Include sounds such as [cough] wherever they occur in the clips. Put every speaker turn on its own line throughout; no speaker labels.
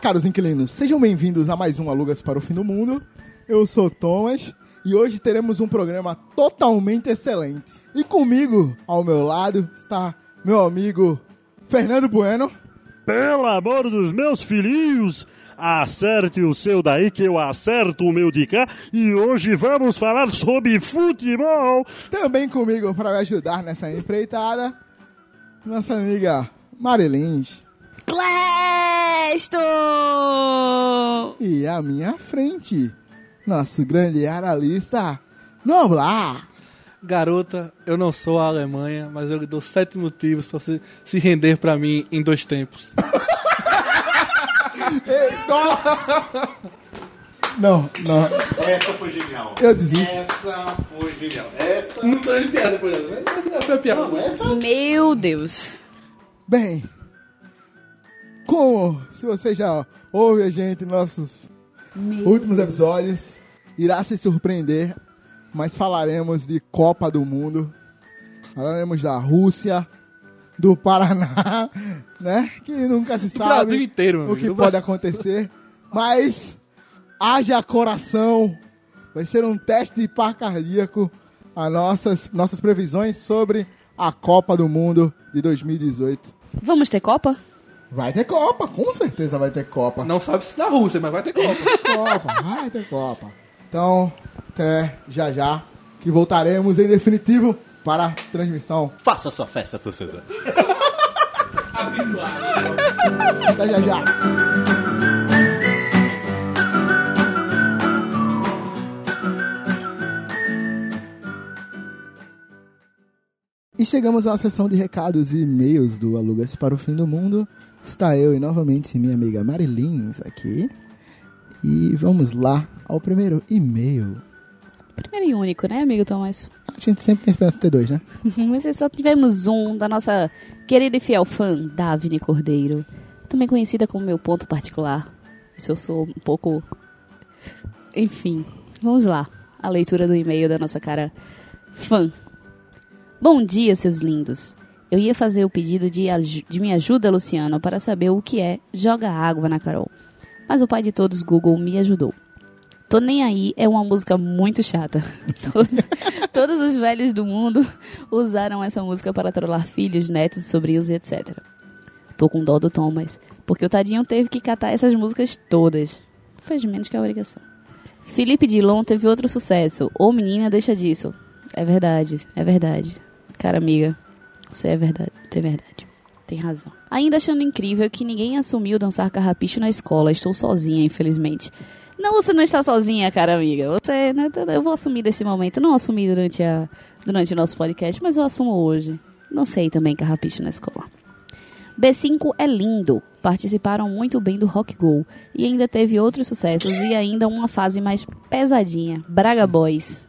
caros inquilinos, sejam bem-vindos a mais um Alugas para o Fim do Mundo. Eu sou o Thomas e hoje teremos um programa totalmente excelente. E comigo, ao meu lado, está meu amigo Fernando Bueno.
Pelo amor dos meus filhinhos, acerte o seu daí que eu acerto o meu de cá e hoje vamos falar sobre futebol.
Também comigo para me ajudar nessa empreitada, nossa amiga Marilins.
Clesto!
E à minha frente, nosso grande analista, Noblar.
Garota, eu não sou a Alemanha, mas eu lhe dou sete motivos pra você se render pra mim em dois tempos.
Ei, Nossa! Não, não,
Essa foi genial.
eu desisto.
Essa foi genial. Essa.
não tô de piada, por exemplo. Essa é, foi a piada. Não, essa?
Meu Deus.
Bem, como se você já ouve a gente em nossos últimos episódios, irá se surpreender, mas falaremos de Copa do Mundo, falaremos da Rússia, do Paraná, [laughs] né? Que nunca se sabe
Brasil inteiro, meu
o que
amigo.
pode acontecer, mas haja coração, vai ser um teste de par cardíaco as nossas, nossas previsões sobre a Copa do Mundo de 2018.
Vamos ter Copa?
Vai ter Copa, com certeza vai ter Copa.
Não sabe se na Rússia, mas vai ter Copa.
Copa, vai ter Copa. Então, até já já, que voltaremos em definitivo para a transmissão.
Faça sua festa, torcedor.
Até já já. E chegamos à sessão de recados e e-mails do Alugas para o Fim do Mundo. Está eu e novamente minha amiga Marilins aqui. E vamos lá ao primeiro e-mail.
Primeiro e único, né, amigo Tomás?
A gente sempre tem esperança de ter dois, né?
[laughs] Mas é só tivemos um da nossa querida e fiel fã, Davine Cordeiro. Também conhecida como meu ponto particular. Se eu sou um pouco. Enfim, vamos lá. A leitura do e-mail da nossa cara fã. Bom dia, seus lindos. Eu ia fazer o pedido de, aju- de me ajuda, Luciano, para saber o que é joga água na Carol. Mas o pai de todos, Google, me ajudou. Tô Nem Aí é uma música muito chata. [laughs] To- Todos os velhos do mundo usaram essa música para trollar filhos, netos, sobrinhos e etc. Tô com dó do Thomas, porque o tadinho teve que catar essas músicas todas. Faz menos que a obrigação. Felipe Dilon teve outro sucesso. Ô menina, deixa disso. É verdade, é verdade. Cara amiga, você é verdade, é verdade. Tem razão. Ainda achando incrível que ninguém assumiu dançar carrapicho na escola. Estou sozinha, infelizmente. Não, você não está sozinha, cara amiga. Você, né, eu vou assumir desse momento. Não assumi durante, a, durante o nosso podcast, mas eu assumo hoje. Não sei também carrapicho na escola. B5 é lindo. Participaram muito bem do Rock Go e ainda teve outros sucessos e ainda uma fase mais pesadinha, Braga Boys.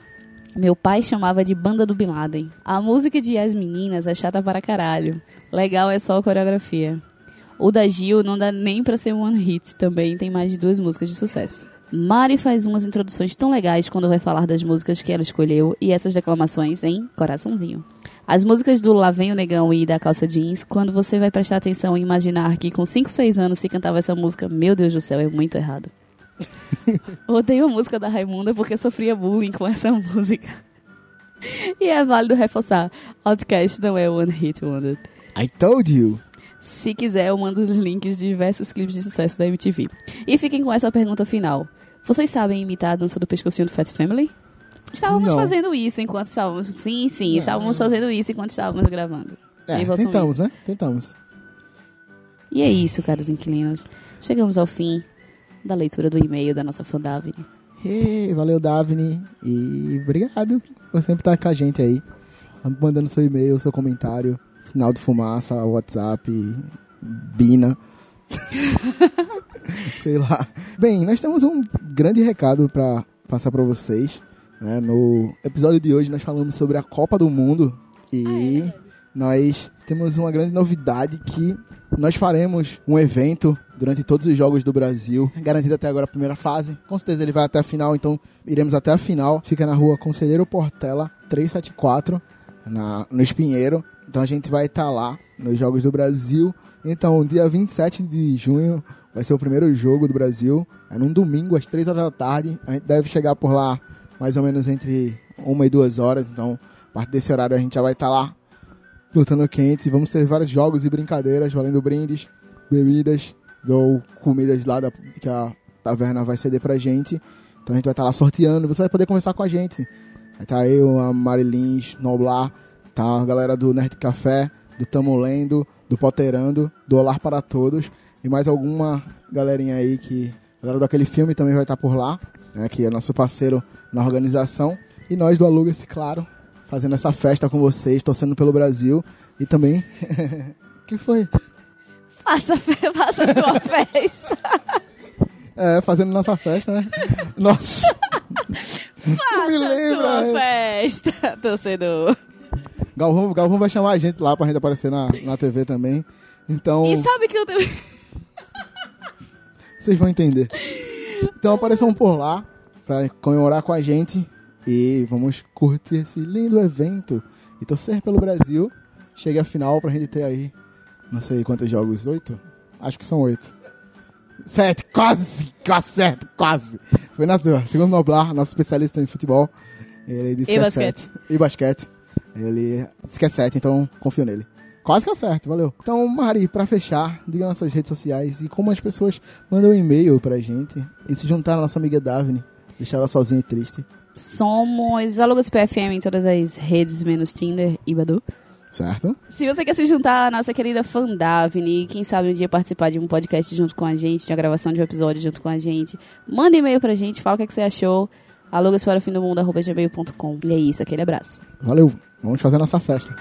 Meu pai chamava de Banda do Bin Laden. A música de As Meninas é chata para caralho. Legal é só a coreografia. O da Gil não dá nem pra ser one hit, também tem mais de duas músicas de sucesso. Mari faz umas introduções tão legais quando vai falar das músicas que ela escolheu e essas declamações em coraçãozinho. As músicas do Lá Vem o Negão e da Calça Jeans, quando você vai prestar atenção e imaginar que com 5, 6 anos se cantava essa música, meu Deus do céu, é muito errado. Odeio a música da Raimunda porque sofria bullying com essa [laughs] música. E é válido reforçar, Outcast não é one hit wonder.
I told you.
Se quiser, eu mando os links de diversos clipes de sucesso da MTV. E fiquem com essa pergunta final. Vocês sabem imitar a dança do pescocinho do Fat Family? Estávamos
Não.
fazendo isso enquanto estávamos. Sim, sim, estávamos fazendo isso enquanto estávamos gravando.
É,
E vou
tentamos, né? Tentamos.
E é isso, caros inquilinos. Chegamos ao fim da leitura do e-mail da nossa fã Davine.
E valeu, Davine. E obrigado por sempre estar com a gente aí. Mandando seu e-mail, seu comentário, sinal de fumaça, WhatsApp, Bina. Sei lá. Bem, nós temos um grande recado para passar para vocês. né? No episódio de hoje nós falamos sobre a Copa do Mundo e nós temos uma grande novidade que nós faremos um evento durante todos os jogos do Brasil, garantido até agora a primeira fase. Com certeza ele vai até a final, então iremos até a final. Fica na rua Conselheiro Portela 374, na, no Espinheiro. Então a gente vai estar lá nos Jogos do Brasil. Então, dia 27 de junho vai ser o primeiro jogo do Brasil. É num domingo, às 3 horas da tarde. A gente deve chegar por lá mais ou menos entre uma e duas horas. Então, a partir desse horário a gente já vai estar lá lutando quente. Vamos ter vários jogos e brincadeiras, valendo brindes, bebidas ou comidas lá da, que a taverna vai ceder pra gente. Então a gente vai estar lá sorteando, você vai poder conversar com a gente. Aí tá eu, a Marilins, Noblar, tá a galera do Nerd Café, do Tamo Lendo, do Poterando, do Olar para Todos e mais alguma galerinha aí que. A galera daquele filme também vai estar por lá, né, que é nosso parceiro na organização. E nós do Aluga-se, claro, fazendo essa festa com vocês, torcendo pelo Brasil e também. [laughs] que foi?
Faça,
[laughs]
fe- faça a sua festa.
É, fazendo nossa festa, né? [laughs] Nossa!
Faça
me lembra,
a
é.
sua festa, [laughs] torcedor.
Galvão, Galvão vai chamar a gente lá pra gente aparecer na, na TV também. Então,
E sabe que eu tenho... é
vocês vão entender. Então apareçam por lá pra comemorar com a gente e vamos curtir esse lindo evento e torcer pelo Brasil. Chegue à final pra gente ter aí, não sei quantos jogos, oito? Acho que são oito. Sete, quase, quase certo, quase. Foi na tua. Segundo Noblar, nosso especialista em futebol, ele disse
E
que é
basquete.
sete. E basquete. Ele disse que é sete, então confio nele. Quase que é certo, valeu. Então, Mari, pra fechar, diga nossas redes sociais e como as pessoas mandam um e-mail pra gente e se juntar à nossa amiga Daphne, deixar ela sozinha e triste,
Somos Alugas PFM em todas as redes, menos Tinder e Badu.
certo?
Se você quer se juntar à nossa querida Fandavni e quem sabe um dia participar de um podcast junto com a gente, de uma gravação de um episódio junto com a gente, manda e-mail pra gente, fala o que, é que você achou. Alugas para o fim do mundo, arroba gmail.com. E é isso, aquele abraço.
Valeu, vamos fazer nossa festa.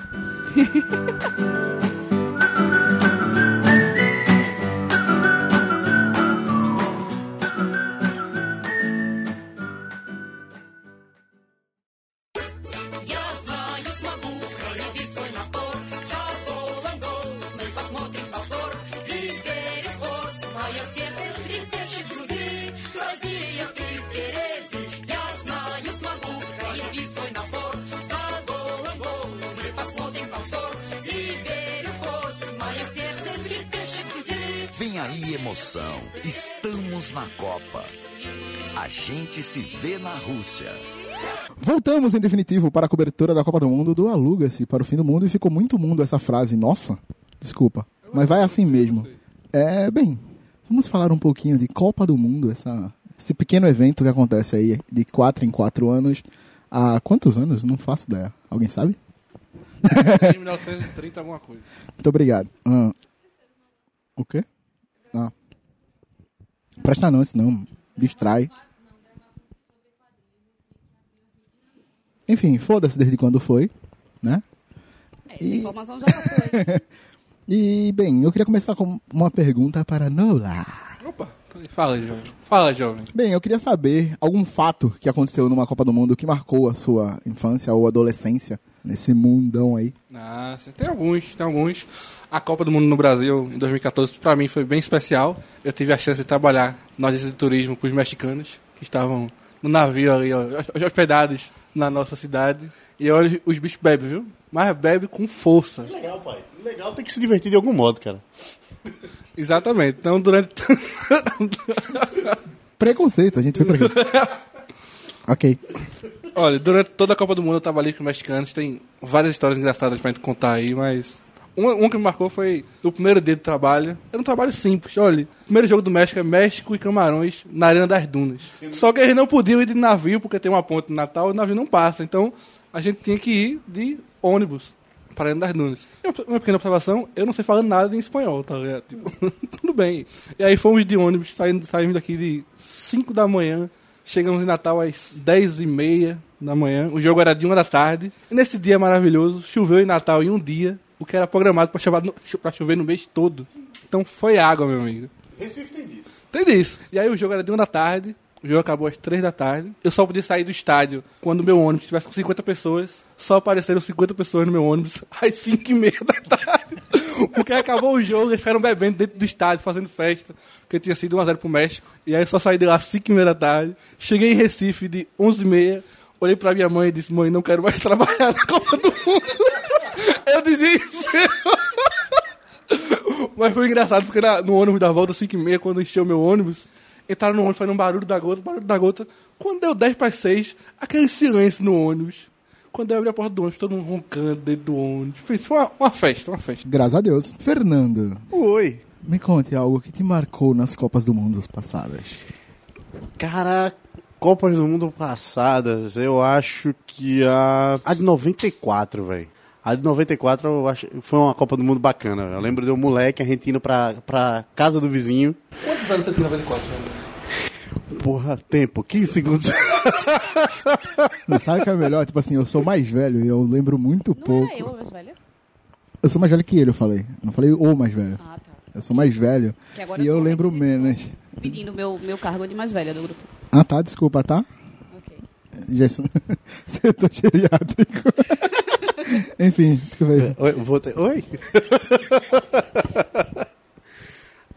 Vem aí emoção, estamos na Copa. A gente se vê na Rússia.
Voltamos, em definitivo, para a cobertura da Copa do Mundo do Aluga-se para o fim do mundo e ficou muito mundo essa frase. Nossa, desculpa, mas vai assim mesmo. É, bem, vamos falar um pouquinho de Copa do Mundo, essa, esse pequeno evento que acontece aí de 4 em 4 anos. Há quantos anos? Não faço ideia. Alguém sabe?
[laughs] Em 1930, alguma coisa.
Muito obrigado. Ah, o quê? Ah. Presta não, senão distrai. Enfim, foda-se desde quando foi, né?
É, Essa
E-
informação já passou aí.
E, bem, eu queria começar com uma pergunta para Nola.
Opa, fala, jovem. Fala, jovem.
Bem, eu queria saber algum fato que aconteceu numa Copa do Mundo que marcou a sua infância ou adolescência nesse mundão aí.
Ah, sim. tem alguns, tem alguns. A Copa do Mundo no Brasil em 2014 pra mim foi bem especial. Eu tive a chance de trabalhar na agência de turismo com os mexicanos que estavam no navio ali, ó, hospedados na nossa cidade. E olha, os bichos bebem, viu? Mas bebe com força.
Legal, pai. Legal, tem que se divertir de algum modo, cara.
Exatamente. Então, durante [laughs]
Preconceito, a gente foi pra aqui. ok.
Olha, durante toda a Copa do Mundo eu tava ali com os mexicanos, tem várias histórias engraçadas pra gente contar aí, mas. Uma, uma que me marcou foi do primeiro dia de trabalho. Era um trabalho simples, olha. O primeiro jogo do México é México e Camarões na Arena das Dunas. Só que eles não podiam ir de navio, porque tem uma ponte no Natal e o navio não passa. Então a gente tinha que ir de ônibus para a Arena das Dunas. E uma- uma pequena observação, eu não sei falar nada em espanhol, tá ligado? Tipo, [laughs] tudo bem. E aí fomos de ônibus, saindo, saímos daqui de 5 da manhã Chegamos em Natal às 10h30 da manhã. O jogo era de 1 da tarde. E nesse dia maravilhoso, choveu em Natal em um dia, o que era programado pra chover no, cho- pra chover no mês todo. Então foi água, meu amigo.
Recife tem disso.
Tem disso. E aí o jogo era de 1 da tarde. O jogo acabou às 3 da tarde. Eu só podia sair do estádio quando meu ônibus tivesse com 50 pessoas. Só apareceram 50 pessoas no meu ônibus [laughs] às 5 e meia da tarde. Porque acabou o jogo, eles ficaram bebendo dentro do estádio, fazendo festa. Porque tinha sido 1x0 pro México. E aí eu só saí de lá às 5 e meia da tarde. Cheguei em [laughs] Recife de 11 e meia. Olhei pra minha mãe e disse, mãe, não quero mais trabalhar na Copa do Mundo. Eu dizia isso. Mas foi engraçado, porque na- no ônibus da volta, 5 e meia, quando encheu meu ônibus, entraram no ônibus fazendo um barulho da gota, barulho da gota. Quando deu 10 para 6, aquele silêncio no ônibus. Quando eu abri a porta do ônibus, todo mundo roncando dentro do ônibus. Foi isso, uma, uma festa, uma festa.
Graças a Deus. Fernando,
Oi.
me conte algo que te marcou nas Copas do Mundo passadas.
Cara, Copas do Mundo passadas, eu acho que a. A de 94, velho. A de 94 eu acho, foi uma Copa do Mundo bacana. velho. Eu lembro de um moleque argentino pra, pra casa do vizinho.
Quantos anos você tem 94? Né?
Porra, tempo, 15 segundos.
Não sabe o que é melhor? Tipo assim, eu sou mais velho e eu lembro muito
é
Não
pouco.
era eu, a mais velha?
Eu sou mais velho que ele, eu falei. Eu não falei o mais velho.
Ah, tá.
Eu sou mais velho.
Que agora
E
eu
eu
tô
lembro
requisitando.
menos.
Pedindo meu, meu cargo de mais velha do grupo.
Ah, tá, desculpa, tá?
Ok.
Jason, [laughs] setor geriátrico. [laughs] Enfim, desculpa aí.
Oi, vou ter- Oi? [laughs]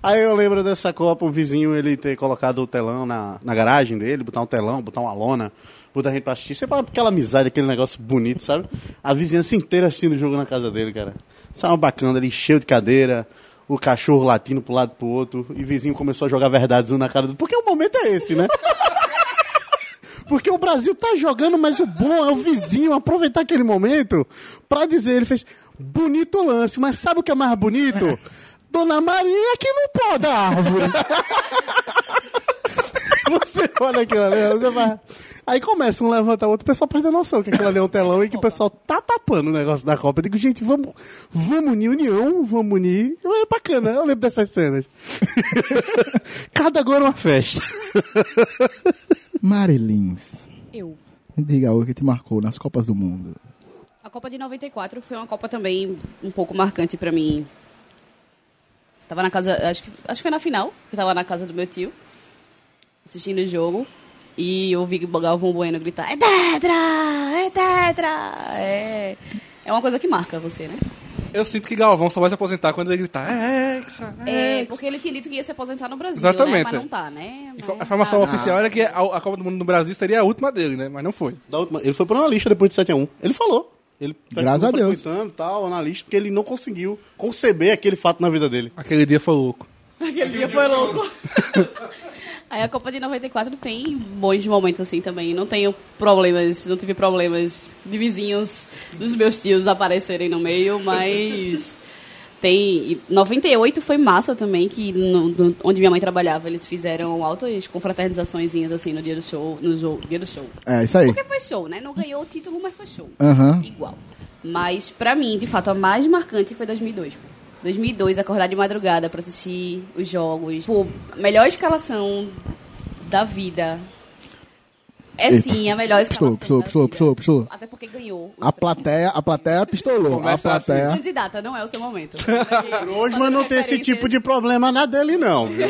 Aí eu lembro dessa Copa, o vizinho ele ter colocado o telão na, na garagem dele, botar um telão, botar uma lona, botar gente pra assistir. Sempre aquela amizade, aquele negócio bonito, sabe? A vizinhança inteira assistindo o jogo na casa dele, cara. Saiu bacana, ele cheio de cadeira, o cachorro latindo pro lado e pro outro, e o vizinho começou a jogar verdades um na cara do outro. Porque o momento é esse, né? Porque o Brasil tá jogando, mas o bom é o vizinho aproveitar aquele momento pra dizer, ele fez bonito lance, mas sabe o que é mais
[laughs]
bonito? Dona Maria que não poda a árvore. Você olha aquilo ali, você vai... Aí começa um levantar o outro, o pessoal perde a noção que aquilo ali é um telão e que o pessoal tá tapando o negócio da Copa. Eu digo, gente, vamos, vamos unir união, vamos unir. É bacana, eu lembro dessas cenas. [laughs] Cada agora uma festa.
Marilins,
Eu.
me diga algo que te marcou nas Copas do Mundo.
A Copa de 94 foi uma Copa também um pouco marcante pra mim. Tava na casa, acho que, acho que foi na final, que eu tava na casa do meu tio, assistindo o jogo. E eu ouvi o Galvão Bueno gritar, é tetra, é tetra, é... É uma coisa que marca você, né?
Eu sinto que Galvão só vai se aposentar quando ele gritar. É, Hexa,
É, porque ele tinha dito que ia se aposentar no Brasil, né?
Exatamente.
Mas não tá, né?
E foi- A
Mas-
informação
Ah,
oficial era que a, a Copa do Mundo no Brasil seria a última dele, né? Mas não foi.
Da última- ele foi pro analista depois de 7x1. Ele falou. Ele
Graças a Deus.
frequentando e tal, analista, porque ele não conseguiu conceber aquele fato na vida dele.
Aquele dia foi louco.
Aquele dia foi louco. [laughs] Aí a Copa de 94 tem bons momentos assim também. Não tenho problemas, não tive problemas de vizinhos dos meus tios aparecerem no meio, mas tem. e 98 foi massa também, que no- no- onde minha mãe trabalhava, eles fizeram altas confraternizaçõezinhas assim no dia do show, no jo- dia do show.
É, isso aí.
Porque foi show, né? Não ganhou o título, mas foi show.
Aham.
Igual. Mas, pra mim, de fato, a mais marcante foi 2002. 2002, acordar de madrugada pra assistir os jogos. Pô, a melhor escalação da vida. É
Eita.
sim, a melhor
Pistolou,
escalação.
pistolou,
da
pistolou,
vida.
pistolou, pistolou.
Até porque ganhou. os
A
prêmios.
plateia, a plateia pistolou. A
Começa assim.
plateia.
Candidata, não é o seu momento. [laughs]
Hoje, mas não tem esse tipo de problema na dele, não, viu?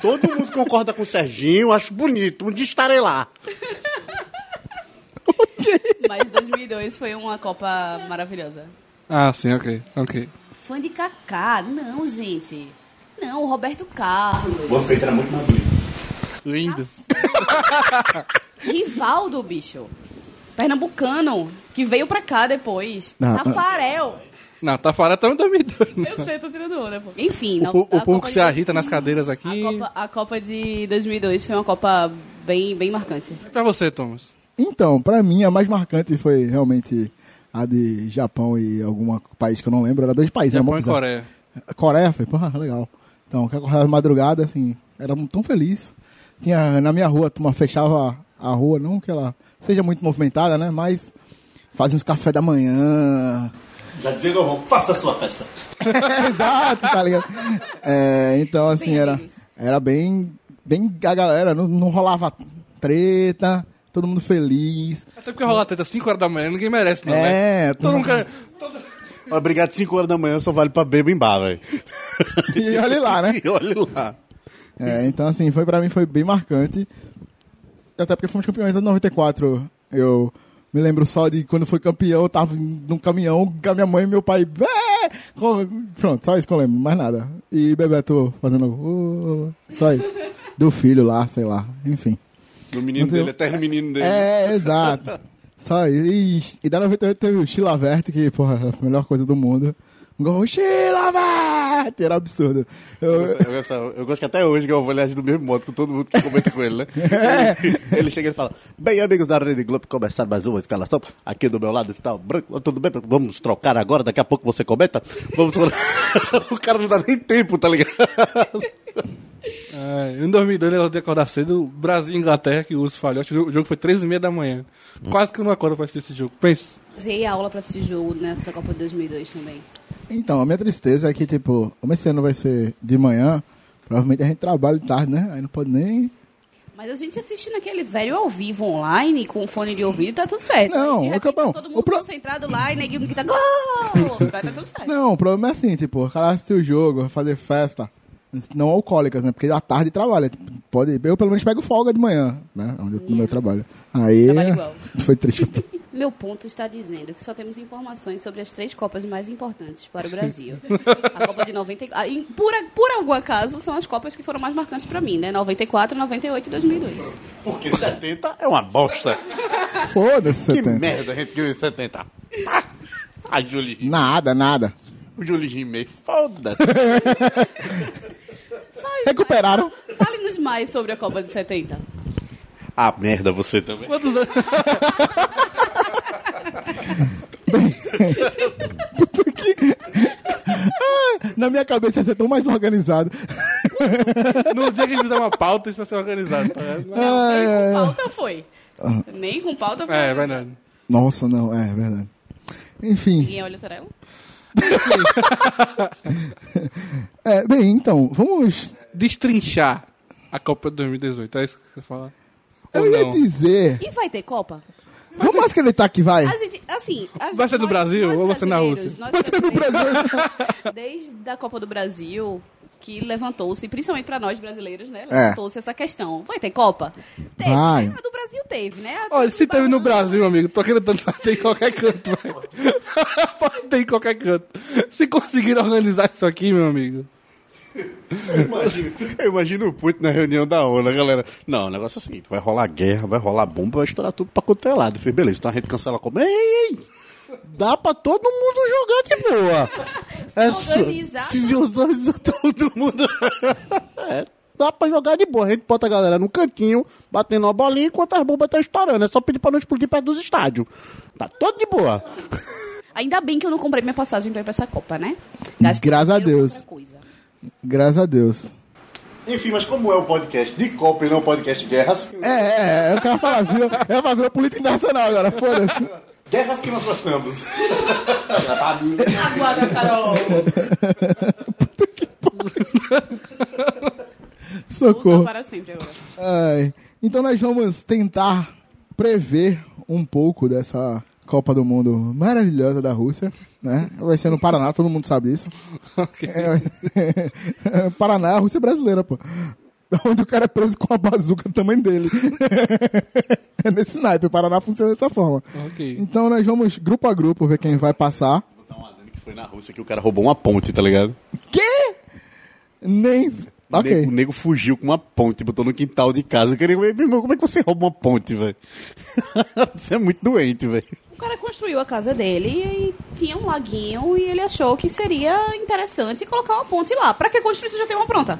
Todo mundo concorda com o Serginho, acho bonito. Um dia estarei lá.
Mas 2002 foi uma Copa maravilhosa.
Ah, sim, ok. Ok.
Fã de Kaká? Não, gente. Não, o Roberto Carlos.
era muito maduro.
Lindo.
Rival do bicho. Pernambucano, que veio pra cá depois.
Ah, ah.
Tafarel.
Não, Tafarel também em 2002. né?
Eu sei, tô tirando onda, pô. Enfim,
O,
não,
pu- o
a
público
Copa
se
de-
agita nas cadeiras
A
aqui.
Copa, a Copa de 2002 foi uma Copa bem, bem marcante.
E pra você, Thomas?
Então, pra mim, a mais marcante foi realmente a de Japão e algum país que eu não lembro. Era dois países. era
Japão
mó
e
bizarro.
Coreia.
Coreia, foi, porra, legal. Então, que acordava de madrugada, assim, era tão feliz. Tinha, na minha rua, a turma fechava a rua, não que ela seja muito movimentada, né? Mas fazia uns café da manhã. [laughs]
Já dizia, Galvão, faça a sua festa.
Exato, tá ligado? É, então, assim,
Bem
era,
amigos.
era bem, bem a galera, não, não rolava treta, todo mundo feliz.
Até porque rolar treta 5 horas da manhã, ninguém merece, não,
É,
né? Todo mundo quer...
Obrigado, 5 horas da manhã só vale pra beber em bar, velho.
E olha lá, né?
[laughs] E olha lá.
É, então assim, foi pra mim foi bem marcante. Até porque fomos campeões da 94. Eu me lembro só de quando foi campeão, eu tava num caminhão com a minha mãe e meu pai. "É!" Com- Pronto, só isso que eu lembro, mais nada. E Bebeto fazendo. "Uh", só isso. Do filho lá, sei lá. Enfim.
Do menino
Não tem-
dele, eterno menino dele.
É, exato. Só, e, e da 98 teve o Chilavert, que, porra, a melhor coisa do mundo. Um gol, Chilavert! Era absurdo. Eu-
Eu, gosto- eu gosto que até hoje que eu vou do mesmo modo com todo mundo que comenta com ele, né? Ele, ele chega e fala: Bem, amigos da Rede Globo, começar mais uma escalação. Aqui do meu lado está o branco. Tudo bem? Vamos trocar agora, daqui a pouco você comenta. Vamos. [laughs] o cara não dá nem tempo, tá ligado? [laughs]
É, em 2002, ele de acordar cedo, Brasil e Inglaterra, que o uso falhou. Acho que o jogo foi 3 e meia da manhã. Quase que eu não acordo pra assistir esse jogo. [laughs] Pensa.
Usei a aula pra esse jogo nessa Copa de 2002 também.
Então, a minha tristeza é que, tipo, como esse ano vai ser de manhã, provavelmente a gente trabalha tarde, né? Aí não pode nem.
Mas a gente assistindo aquele velho ao vivo online, com fone de ouvido, tá tudo certo.
Não,
Aí,
ô,
de repente,
Capão,
tá Todo
o
mundo
pro-
concentrado lá e neguinho que tá gol! Vai tá tudo certo.
Não, o problema é assim, tipo, o cara vai assistir o jogo, vai fazer festa. Não alcoólicas, né? Porque à tarde trabalha. tipo, Pode, eu pelo menos pego folga de manhã, né? Onde eu, no meu trabalho. Aí.
Trabalho igual.
[laughs] Foi triste.
Meu ponto está dizendo que só temos informações sobre as três Copas mais importantes para
[laughs]
o Brasil. a Copa de 94. Por, a- por algum acaso, são as Copas que foram mais marcantes para mim, né? 94, 98 e 2002.
Porque 70 é uma bosta.
Foda-se, você
Que
tem.
merda a gente viu em 70. A Julie,
Nada, nada.
o Julie Rimei, foda-se.
Fale-
É
Recuperaram.
Fale-nos mais sobre a Copa de 70.
Ah, merda, você também.
Na minha cabeça, você é tão mais organizado.
No dia que a gente fizer uma pauta, isso vai ser organizado, tá vendo?
Ai,
Nem
ai.
com pauta foi. Nem com pauta foi.
Ah. É, vai não.
Nossa, não, é verdade. Enfim.
Ninguém olha o tarelo.
É, bem, então, vamos.
Destrinchar a Copa de 2018. É isso que você fala?
Eu
Ou
ia
não?
dizer.
E vai ter Copa?
Vamos acreditar que vai.
A gente, assim... a gente-
Vai ser do
nós-
Brasil
nós
ou vai ser na
brasileiros,
Rússia?
nós
Vai ser do
brasileiros,
Brasil.
[laughs] Desde a Copa do Brasil, que levantou-se, principalmente para nós brasileiros, né?
É.
Levantou-se essa questão. Vai ter Copa? Teve,
Vai.
né? A do Brasil teve, né? A
Olha,
do
se teve no
Bahamas.
Brasil, amigo, tô acreditando que tem em qualquer canto, [laughs] velho. Pode ter em qualquer canto. Se conseguir organizar isso aqui, meu amigo.
Imagina- Eu imagino o Putin na reunião da ONU, a galera. Não, o negócio é o seguinte: vai rolar guerra, vai rolar bomba, vai estourar tudo pra quanto é lado. Eu Falei, beleza, então a gente cancela como. Ei, ei, dá pra todo mundo jogar de boa. É só-
organizar.
Se organizar todo mundo. [laughs] É, Dá pra jogar de boa. A gente bota a galera no cantinho, batendo uma bolinha enquanto as bombas estão estourando. É só pedir pra não explodir perto dos estádios. Tá todo de boa.
Ainda bem que eu não comprei minha passagem pra ir pra essa Copa, né? Gastei
Graças a
dinheiro com
Deus.
outra coisa.
Graças a Deus.
Enfim, mas como é o podcast de Copa e não podcast de guerras,
É, é, é. Eu quero falar, viu? É pra ver a política internacional agora, foda-se.
guerras que nós gostamos.
Aguarda,
[laughs]
Carol! Usa
Socorro.
para sempre agora.
Ai. Então nós vamos tentar prever um pouco dessa Copa do Mundo maravilhosa da Rússia, né? Vai ser no Paraná, todo mundo sabe disso. É, Paraná, a Rússia é brasileira, pô. Onde o cara é preso com a bazuca do tamanho dele. é nesse naipe, o Paraná funciona dessa forma.
Ok.
Então nós vamos grupo a grupo ver quem vai passar.
Tá um adendo que foi na Rússia que o cara roubou uma ponte, tá ligado?
Quê? Nem.
O, nego,
Ok.
o nego fugiu com uma ponte, botou no quintal de casa. Eu queria, meu irmão, como é que você rouba uma ponte, velho? [laughs] você é muito doente, velho.
O cara construiu a casa dele e tinha um laguinho e ele achou que seria interessante colocar uma ponte lá. Pra que construir se já tem uma pronta?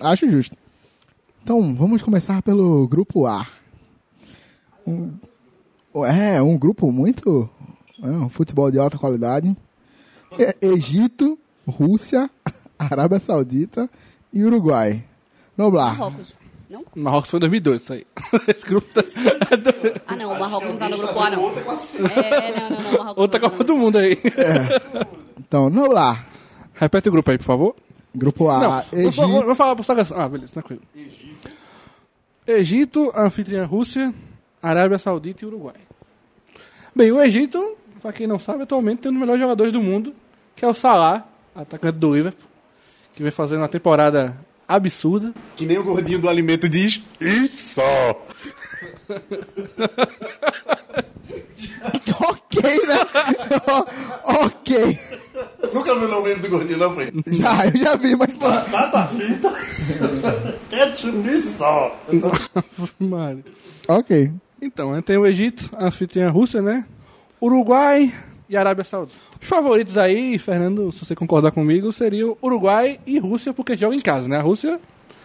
Acho justo. Então, vamos começar pelo grupo A. Um- é, um grupo muito. É, um futebol de alta qualidade. É, Egito, Rússia, [laughs] Arábia Saudita e Uruguai. Noblar.
Marrocos. Não?
Marrocos foi em 2002, isso aí. [laughs] Esse grupo tá...
Ah, não, o Marrocos não tá no grupo A, não. É, não, não, não. o Marrocos
Outra Copa
não tá no grupo
do Mundo aí.
Então, Noblar.
[laughs] Repete o grupo aí, por favor.
Grupo A,
Não, vou,
Ah, Egito.
vou, vou falar pro Saga. Ah, beleza, tranquilo. Egito, anfitriã Rússia, Arábia Saudita e Uruguai. Bem, o Egito, pra quem não sabe, atualmente tem um dos melhores jogadores do mundo, que é o Salah, atacante do Liverpool, que vem fazendo uma temporada absurda. [laughs]
Que nem o gordinho do alimento diz, isso!
[laughs] ok, né? O- [laughs] ok.
Nunca viu o meme do gordinho na frente.
Já, eu já vi, mas. porra,
Batata [laughs] frita, ketchup e sal.
Mano.
Ok.
Então, tem o Egito, a anfitriã Rússia, né? Uruguai e Arábia Saudita. Os favoritos aí, Fernando, se você concordar comigo, seriam Uruguai e Rússia, porque joga em casa, né? A Rússia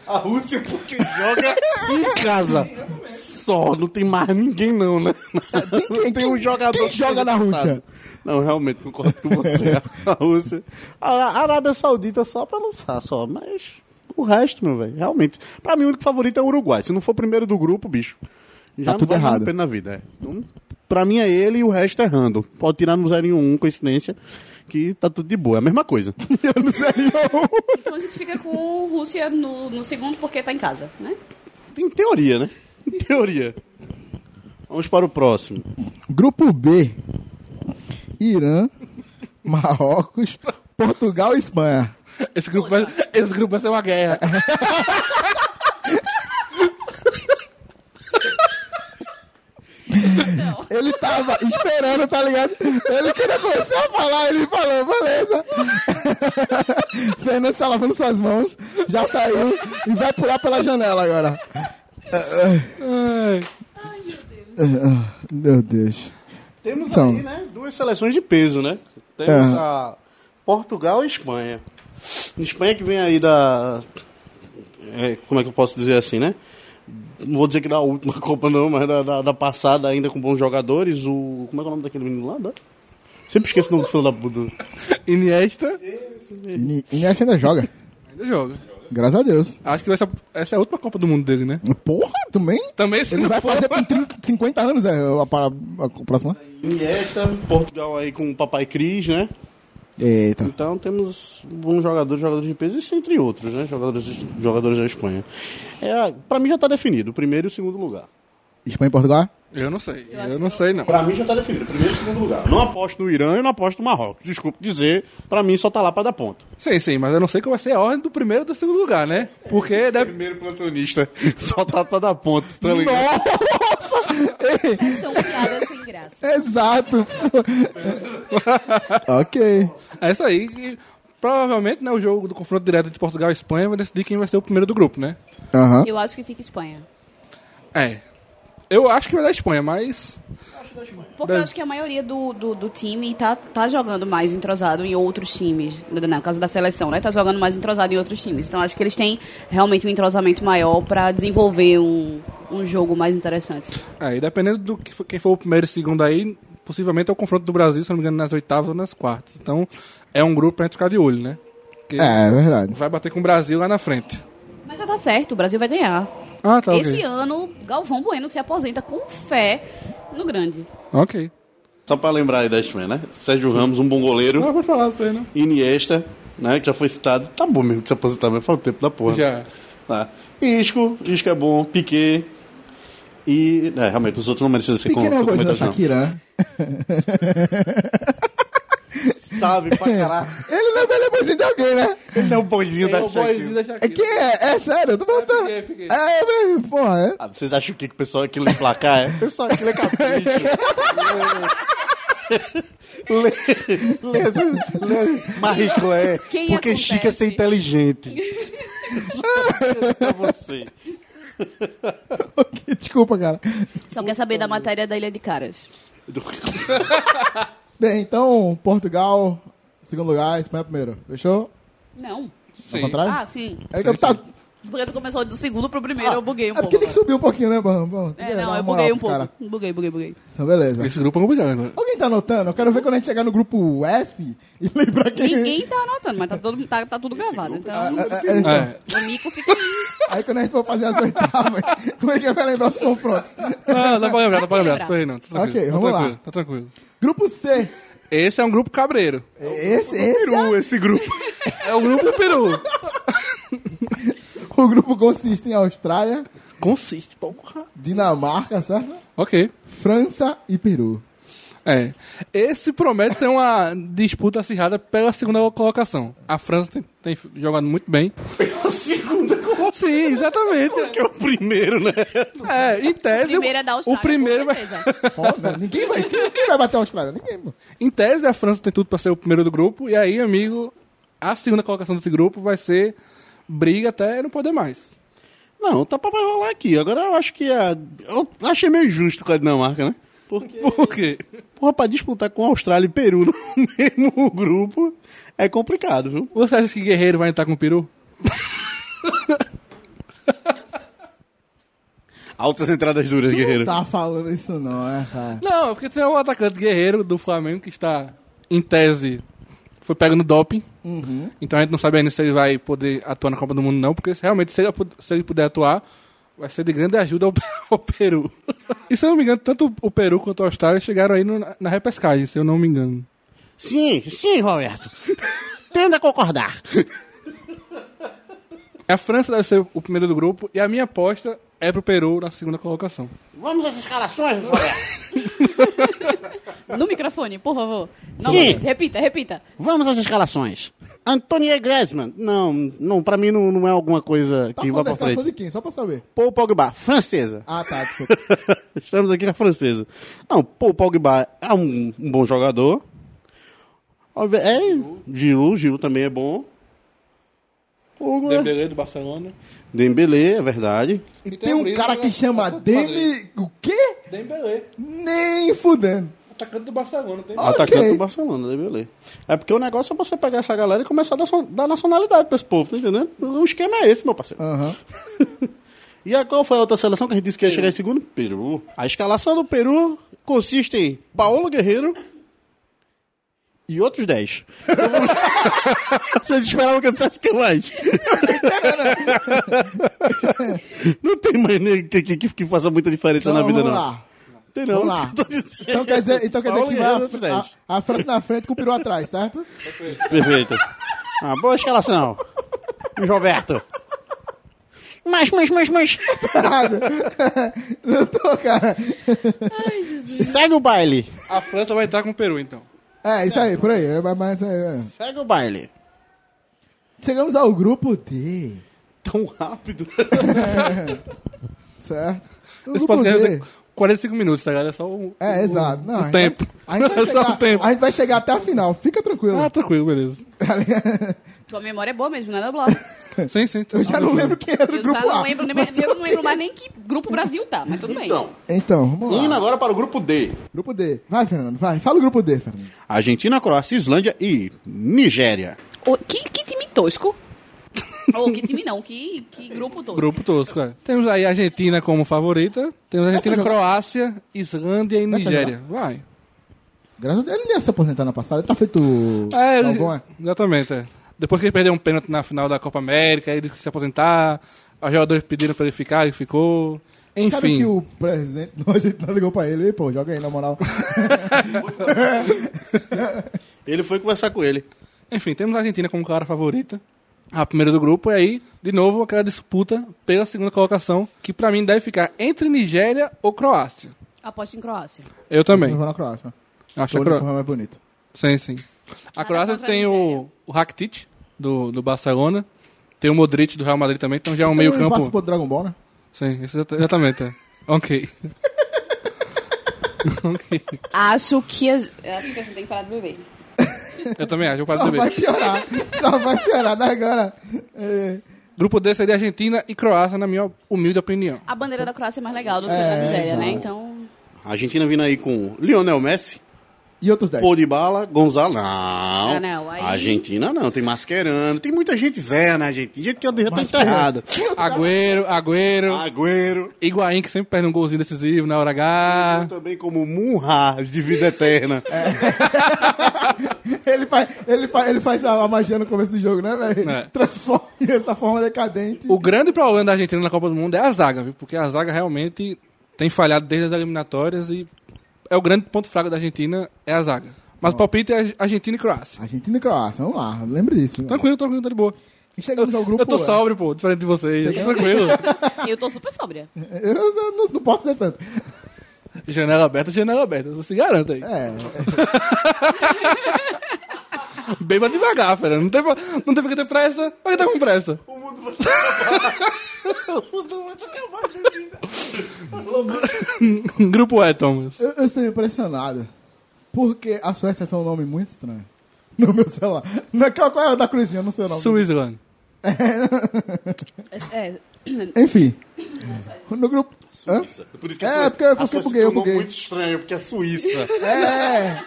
A Rússia porque joga em casa. Só, não tem mais ninguém não, né? Não tem um jogador
quem
que
joga
seja
na Rússia?
cotado. [laughs] Não, realmente, concordo com [laughs] você. A Rússia. A a Arábia Saudita só pra lançar, só, mas o resto, meu velho, realmente. Pra mim, o único favorito é o Uruguai. Se não for primeiro do grupo, bicho, já
Tá
não
tudo
vai mais
errado.
a pena na vida. É. Então, pra mim é ele e o resto é Rando. Pode tirar no 0 em 1, coincidência, que tá tudo de boa. É a mesma [laughs] coisa.
Eu não sei.
Então a gente fica com Rússia no, no segundo porque tá em casa, né?
Em teoria, né? Em teoria. Vamos para o próximo.
Grupo B: Irã, Marrocos, Portugal e Espanha.
Esse grupo, vai, esse grupo vai ser
[laughs]
uma guerra.
Ele tava esperando, tá ligado? Ele quando eu comecei a falar, ele falou, beleza. [laughs] Fernando está lavando suas mãos, já saiu e vai pular pela janela agora.
Ai.
Ah, Meu Deus.
Temos
Então.
aí, né, duas seleções de peso, né? Temos
É.
a Portugal e Espanha. Espanha que vem aí da... é, como é que eu posso dizer assim, né? Não vou dizer que da última [laughs] Copa não, mas da, da- da passada ainda com bons jogadores. O... Como é que é o nome daquele menino lá? Da... Sempre esqueço o nome do filho da puta.
Iniesta
E Iniesta ainda joga.
ainda joga.
Graças a Deus.
Acho que vai ser, essa é a última Copa do Mundo dele, né?
Porra, também?
Também se
Ele
não
vai
for-
fazer com 30, 50 anos é, a, para- a próxima.
Iniesta, Portugal aí com o Papai Cris, né?
Eita.
Então temos bons jogadores, jogadores de peso, isso entre outros, né? Jogadores, jogadores da Espanha. É, pra mim já tá definido, o primeiro e o segundo lugar.
Espanha e Portugal?
[laughs] Eu não sei. Eu, não sei, não.
Pra mim já tá definido, primeiro e segundo lugar. Não aposto no Irã e não aposto no Marrocos. Desculpe dizer, pra mim só tá lá pra dar ponta.
Sim, sim, mas eu não sei qual vai ser a ordem do primeiro e do segundo lugar, né?
É,
Porque deve...
Primeiro plantonista, [laughs] só tá pra dar ponta, tá ligado?
São piadas sem graça.
Exato.
[laughs]
ok.
é isso aí. E provavelmente, né, o jogo do confronto direto de Portugal e Espanha vai decidir quem vai ser o primeiro do grupo, né?
Aham.
Eu acho que fica Espanha.
É. Eu acho que vai dar Espanha, mas.
Porque eu acho que a maioria do, do, do time tá, tá jogando mais entrosado em outros times. Na casa da seleção, né? Tá jogando mais entrosado em outros times. Então acho que eles têm realmente um entrosamento maior pra desenvolver um, um jogo mais interessante.
Aí, é, dependendo do que for- quem for o primeiro e segundo aí, possivelmente é o confronto do Brasil, se não me engano, nas oitavas ou nas quartas. Então, é um grupo pra gente ficar de olho, né? Porque
É, é verdade.
vai bater com o Brasil lá na frente.
Mas já tá certo, o Brasil vai ganhar.
Ah, tá,
Esse
ok.
ano, Galvão Bueno se aposenta com fé no grande.
Ok.
Só pra lembrar aí da Espanha, né? Sérgio Ramos, um bom goleiro,
Não, pode falar, não tem, não.
Iniesta, né, que já foi citado. Tá bom mesmo de se aposentar, mas fala o tempo da porra.
Já.
Tá. Isco, Isco é bom, Piquet e... É, realmente, os outros não é merecem ser com-
Pequena
ser
voz da
comentados, não.
Shakira.
Sabe pra caralho.
Ele não é belo boizinho de alguém, né?
é. Ele é o boizinho da Shakira.
É quem é? É sério,
Ah,
eu tô perguntando.
É, Piquet, Piquet.
É, é, porra, é.
Ah, vocês acham que, que o pessoal aquilo em placar é? Pessoal, aquilo é capricho. lê, lê, essa- lê Marie Claire,
Quem
porque
acontece?
Chica é ser inteligente. pra você.
[laughs] Desculpa, cara.
Só quer saber da matéria da Ilha de Caras.
Bem, então, Portugal, segundo lugar, Espanha primeiro. Fechou?
Não.
Ao
Sim.
contrário?
Ah, sim.
é, que eu
sim,
tá-
sim.
Porque tu começou do segundo pro primeiro, eu buguei
é
um
porque
pouco.
tem que subir um pouquinho, né, Bam? Bom, tem
agora.
que
É,
dar
não,
uma
eu buguei
moral
um
pro
pouco.
cara.
Buguei, buguei, buguei.
Então, beleza.
Esse grupo é complicado, né?
Alguém tá anotando? Eu quero ver quando a gente chegar no grupo F e [laughs] lembrar quem...
[laughs] Ninguém tá anotando, mas tá, todo, tá, tá tudo gravado. Então,
É, é, então,
É.
o mico fica aí.
Aí quando a gente for fazer as oitavas, [laughs] como é que vai lembrar os confrontos?
Não, dá pra lembrar, dá pra lembrar.
lembrar.
Corre não. Tá tranquilo.
Ok,
tá
vamos lá.
tranquilo, Tá tranquilo.
Grupo C.
Esse é um grupo cabreiro.
Esse, esse é
Uh,
esse grupo.
É o grupo do Peru. [laughs]
o grupo consiste em Austrália,
Consiste, porra.
Dinamarca, certo?
Ok.
França e Peru.
É. Esse promete ser uma disputa acirrada pela segunda colocação. A França tem, tem jogado muito bem.
Segunda com
Sim, exatamente.
que é o primeiro, né?
É, em tese.
Primeiro é da Austrália.
o primeiro
com
vai,
certeza.
Foda, [laughs] ninguém vai, quem vai bater a Austrália? Ninguém. pô.
[laughs] Em tese, a França tem tudo pra ser o primeiro do grupo. E aí, amigo, a segunda colocação desse grupo vai ser briga até não poder mais.
Não, o tapa vai rolar aqui. Agora eu acho que a. Eu achei meio justo com a Dinamarca, né? Porque.
Por quê?
Porra, pra disputar com a Austrália e Peru no [laughs] mesmo grupo é complicado, viu?
Você acha que Guerreiro vai entrar com o peru?
Altas entradas duras, guerreiro.
Tá falando isso não, é, cara.
Não, é porque tem um atacante guerreiro do Flamengo que está, em tese, foi pego no doping. Então a gente não sabe ainda se ele vai poder atuar na Copa do Mundo, não, porque se realmente se ele, pu- se ele puder atuar, vai ser de grande ajuda ao, [laughs] ao Peru. E se eu não me engano, tanto o Peru quanto a Austrália chegaram aí no- na repescagem, se eu não me engano.
Sim, sim, Roberto. Tenda a concordar.
A França deve ser o primeiro do grupo e a minha aposta é pro Peru na segunda colocação.
Vamos às escalações, Roberto.
[laughs] No microfone, por favor. Não,
Sim.
mas repita, repita.
Vamos às escalações. Antonier Griezmann. Não, não, pra mim não, não é alguma coisa
Tá
que
falando da
vai pra
escalação
frente.
de quem? Só pra saber.
Paul Pogba, francesa.
Ah, tá, [laughs] desculpa.
Estamos aqui na francesa. Não, Paul Pogba é um, um bom jogador. Óbvio- É, Giroud, Giroud também é bom. O goleiro-
do Barcelona.
Dembélé, é verdade.
E
tem
tem um
um
cara
livro,
que
né?
chama
Nossa,
Demi... O quê?
Dembélé,
Nem fudendo.
atacante do Barcelona. Tem...
Ok.
Atacante do Barcelona, Dembélé. É porque o negócio é você pegar essa galera e começar a dar, so- dar nacionalidade pra esse povo, tá entendendo? O esquema é esse, meu parceiro.
Aham.
[laughs] E a qual foi a outra seleção que a gente disse que ia chegar em segundo? Peru. A escalação do Peru consiste em Paulo Guerreiro e outros 10. [laughs] Vocês esperavam que eu dissesse que mais? não tem mais ninguém que, que, que faça muita diferença na vida,
vamos
não.
lá.
Tem não,
Vamos
isso
lá.
que eu tô dizendo.
Então quer dizer, então quer dizer
Paulo
que
Guerreiro,
vai
outros 10.
a, a, a frente na frente com o peru atrás, certo?
Perfeito. Uma Ah, boa escalação. Roberto. Mas, mas, mas, mas.
Nada. [laughs] Não tô, cara.
Segue o baile.
A França vai entrar com o Peru, então.
É, isso aí, por aí. É, mas- mas, é, é.
Segue o baile.
Chegamos ao grupo D,
Tão rápido.
certo? O
Esse
grupo
podcast
D.
tem 45 minutos, tá, galera? É só um.
É, exato. Não, a gente
tempo.
vai- a gente vai
É [laughs] só
chegar-
um tempo.
A gente vai chegar até a final, fica tranquilo.
Ah, tranquilo, beleza.
Tua memória é boa mesmo, né,
[laughs]
Noblar?
Sim,
[laughs]
sim. tá
Eu já não lembro quem era do
Eu já
grupo
não
A.
lembro, nem, eu não lembro mais nem que grupo o Brasil tá, mas tudo bem.
Então,
Então, vamos lá.
indo agora para o grupo D.
Grupo D. Vai, Fernando, vai. Fala o grupo D, Fernando.
Argentina, Croácia, Islândia e Nigéria.
Ô, que, que time tosco. Ou que time não, que, que grupo tosco.
Grupo tosco, é. Temos aí a Argentina como favorita. Temos a Argentina,
jogar?
Croácia, Islândia e
Vai ser
Nigéria. Vai.
Graças a Deus, ele não ia se aposentar na passada. Ele tá feito...
É,
Galvão, é?
exatamente. é. Depois que ele perdeu um pênalti na final da Copa América, ele disse que se aposentar, os jogadores pediram pra ele ficar, ele ficou. Enfim.
Sabe que o presidente [laughs] do Argentina ligou pra ele? Ei, pô, joga aí, na moral.
Ele foi conversar com ele.
Enfim, temos a Argentina como clara favorita. A primeira do grupo, e aí, de novo, aquela disputa pela segunda colocação, que pra mim deve ficar entre Nigéria ou Croácia.
Aposto em Croácia.
Eu [laughs] também.
Eu vou na Croácia.
Acho
O
a Cro...
uniforme é bonito.
Sim, sim. A Croácia
contra a
tem
Nigéria.
o, o Rakitic, do, do Barcelona. Tem o Modric, do Real Madrid também. Então já é um meio
Então, ele
campo...
participou do Dragon Ball, né?
Sim, isso exata- exatamente. é. [laughs] ok. ok.
Acho que a, acho que a gente tem que parar de beber.
Eu também acho, eu quase
Só vai
saber.
piorar. Só vai piorar. Daí agora... é,
Grupo D seria Argentina e Croácia, na minha humilde opinião.
A bandeira da Croácia é mais legal do que a
É,
da Nigéria,
exato.
né? Então,
A Argentina vindo aí com Lionel Messi,
E outros
É.
10.
Podibala, Gonzalo. Não.
Ah, não, aí-
A Argentina não. Tem Mascherano. Tem muita gente velha na Argentina. Gente que já tá enterrada.
Agüero, Agüero.
Agüero.
Higuaín, Ah, que sempre perde um golzinho decisivo na hora H.
Também como Munha, de vida eterna.
Ele faz, ele, faz, ele faz a a magia no começo do jogo, né, velho?
É.
Transforma [laughs] essa forma decadente.
O grande problema da Argentina na Copa do Mundo é a zaga, viu? Porque a zaga realmente tem falhado desde as eliminatórias e é o grande ponto fraco da Argentina é a zaga. Mas o palpite é Argentina e Croácia.
Argentina e Croácia, vamos lá, lembre disso. né?
Tranquilo, tranquilo, tá de boa.
E Chegamos ao grupo.
eu tô
é.
sóbrio, pô, diferente de vocês. Eu tô Tranquilo.
eu tô super sóbria.
É, Eu não, não- não posso dizer tanto.
[laughs] janela aberta, janela aberta. Você se garanta aí.
É,
Beba devagar, Fernando. Não tem, pra- não tem porque ter pressa. Por que tá com pressa? [laughs] Grupo E, Thomas.
eu, eu estou impressionado. Porque a Suécia tem um nome muito estranho. No meu celular. Não, qual, qual é o da cruzinha? Eu não sei o nome.
Suíça.
É, é,
Enfim. No grupo. Hã?
Por isso
É, porque eu
a
fiquei
Suíça
buguei, eu
tem um nome
buguei.
muito estranho, porque é Suíça. [laughs]
É!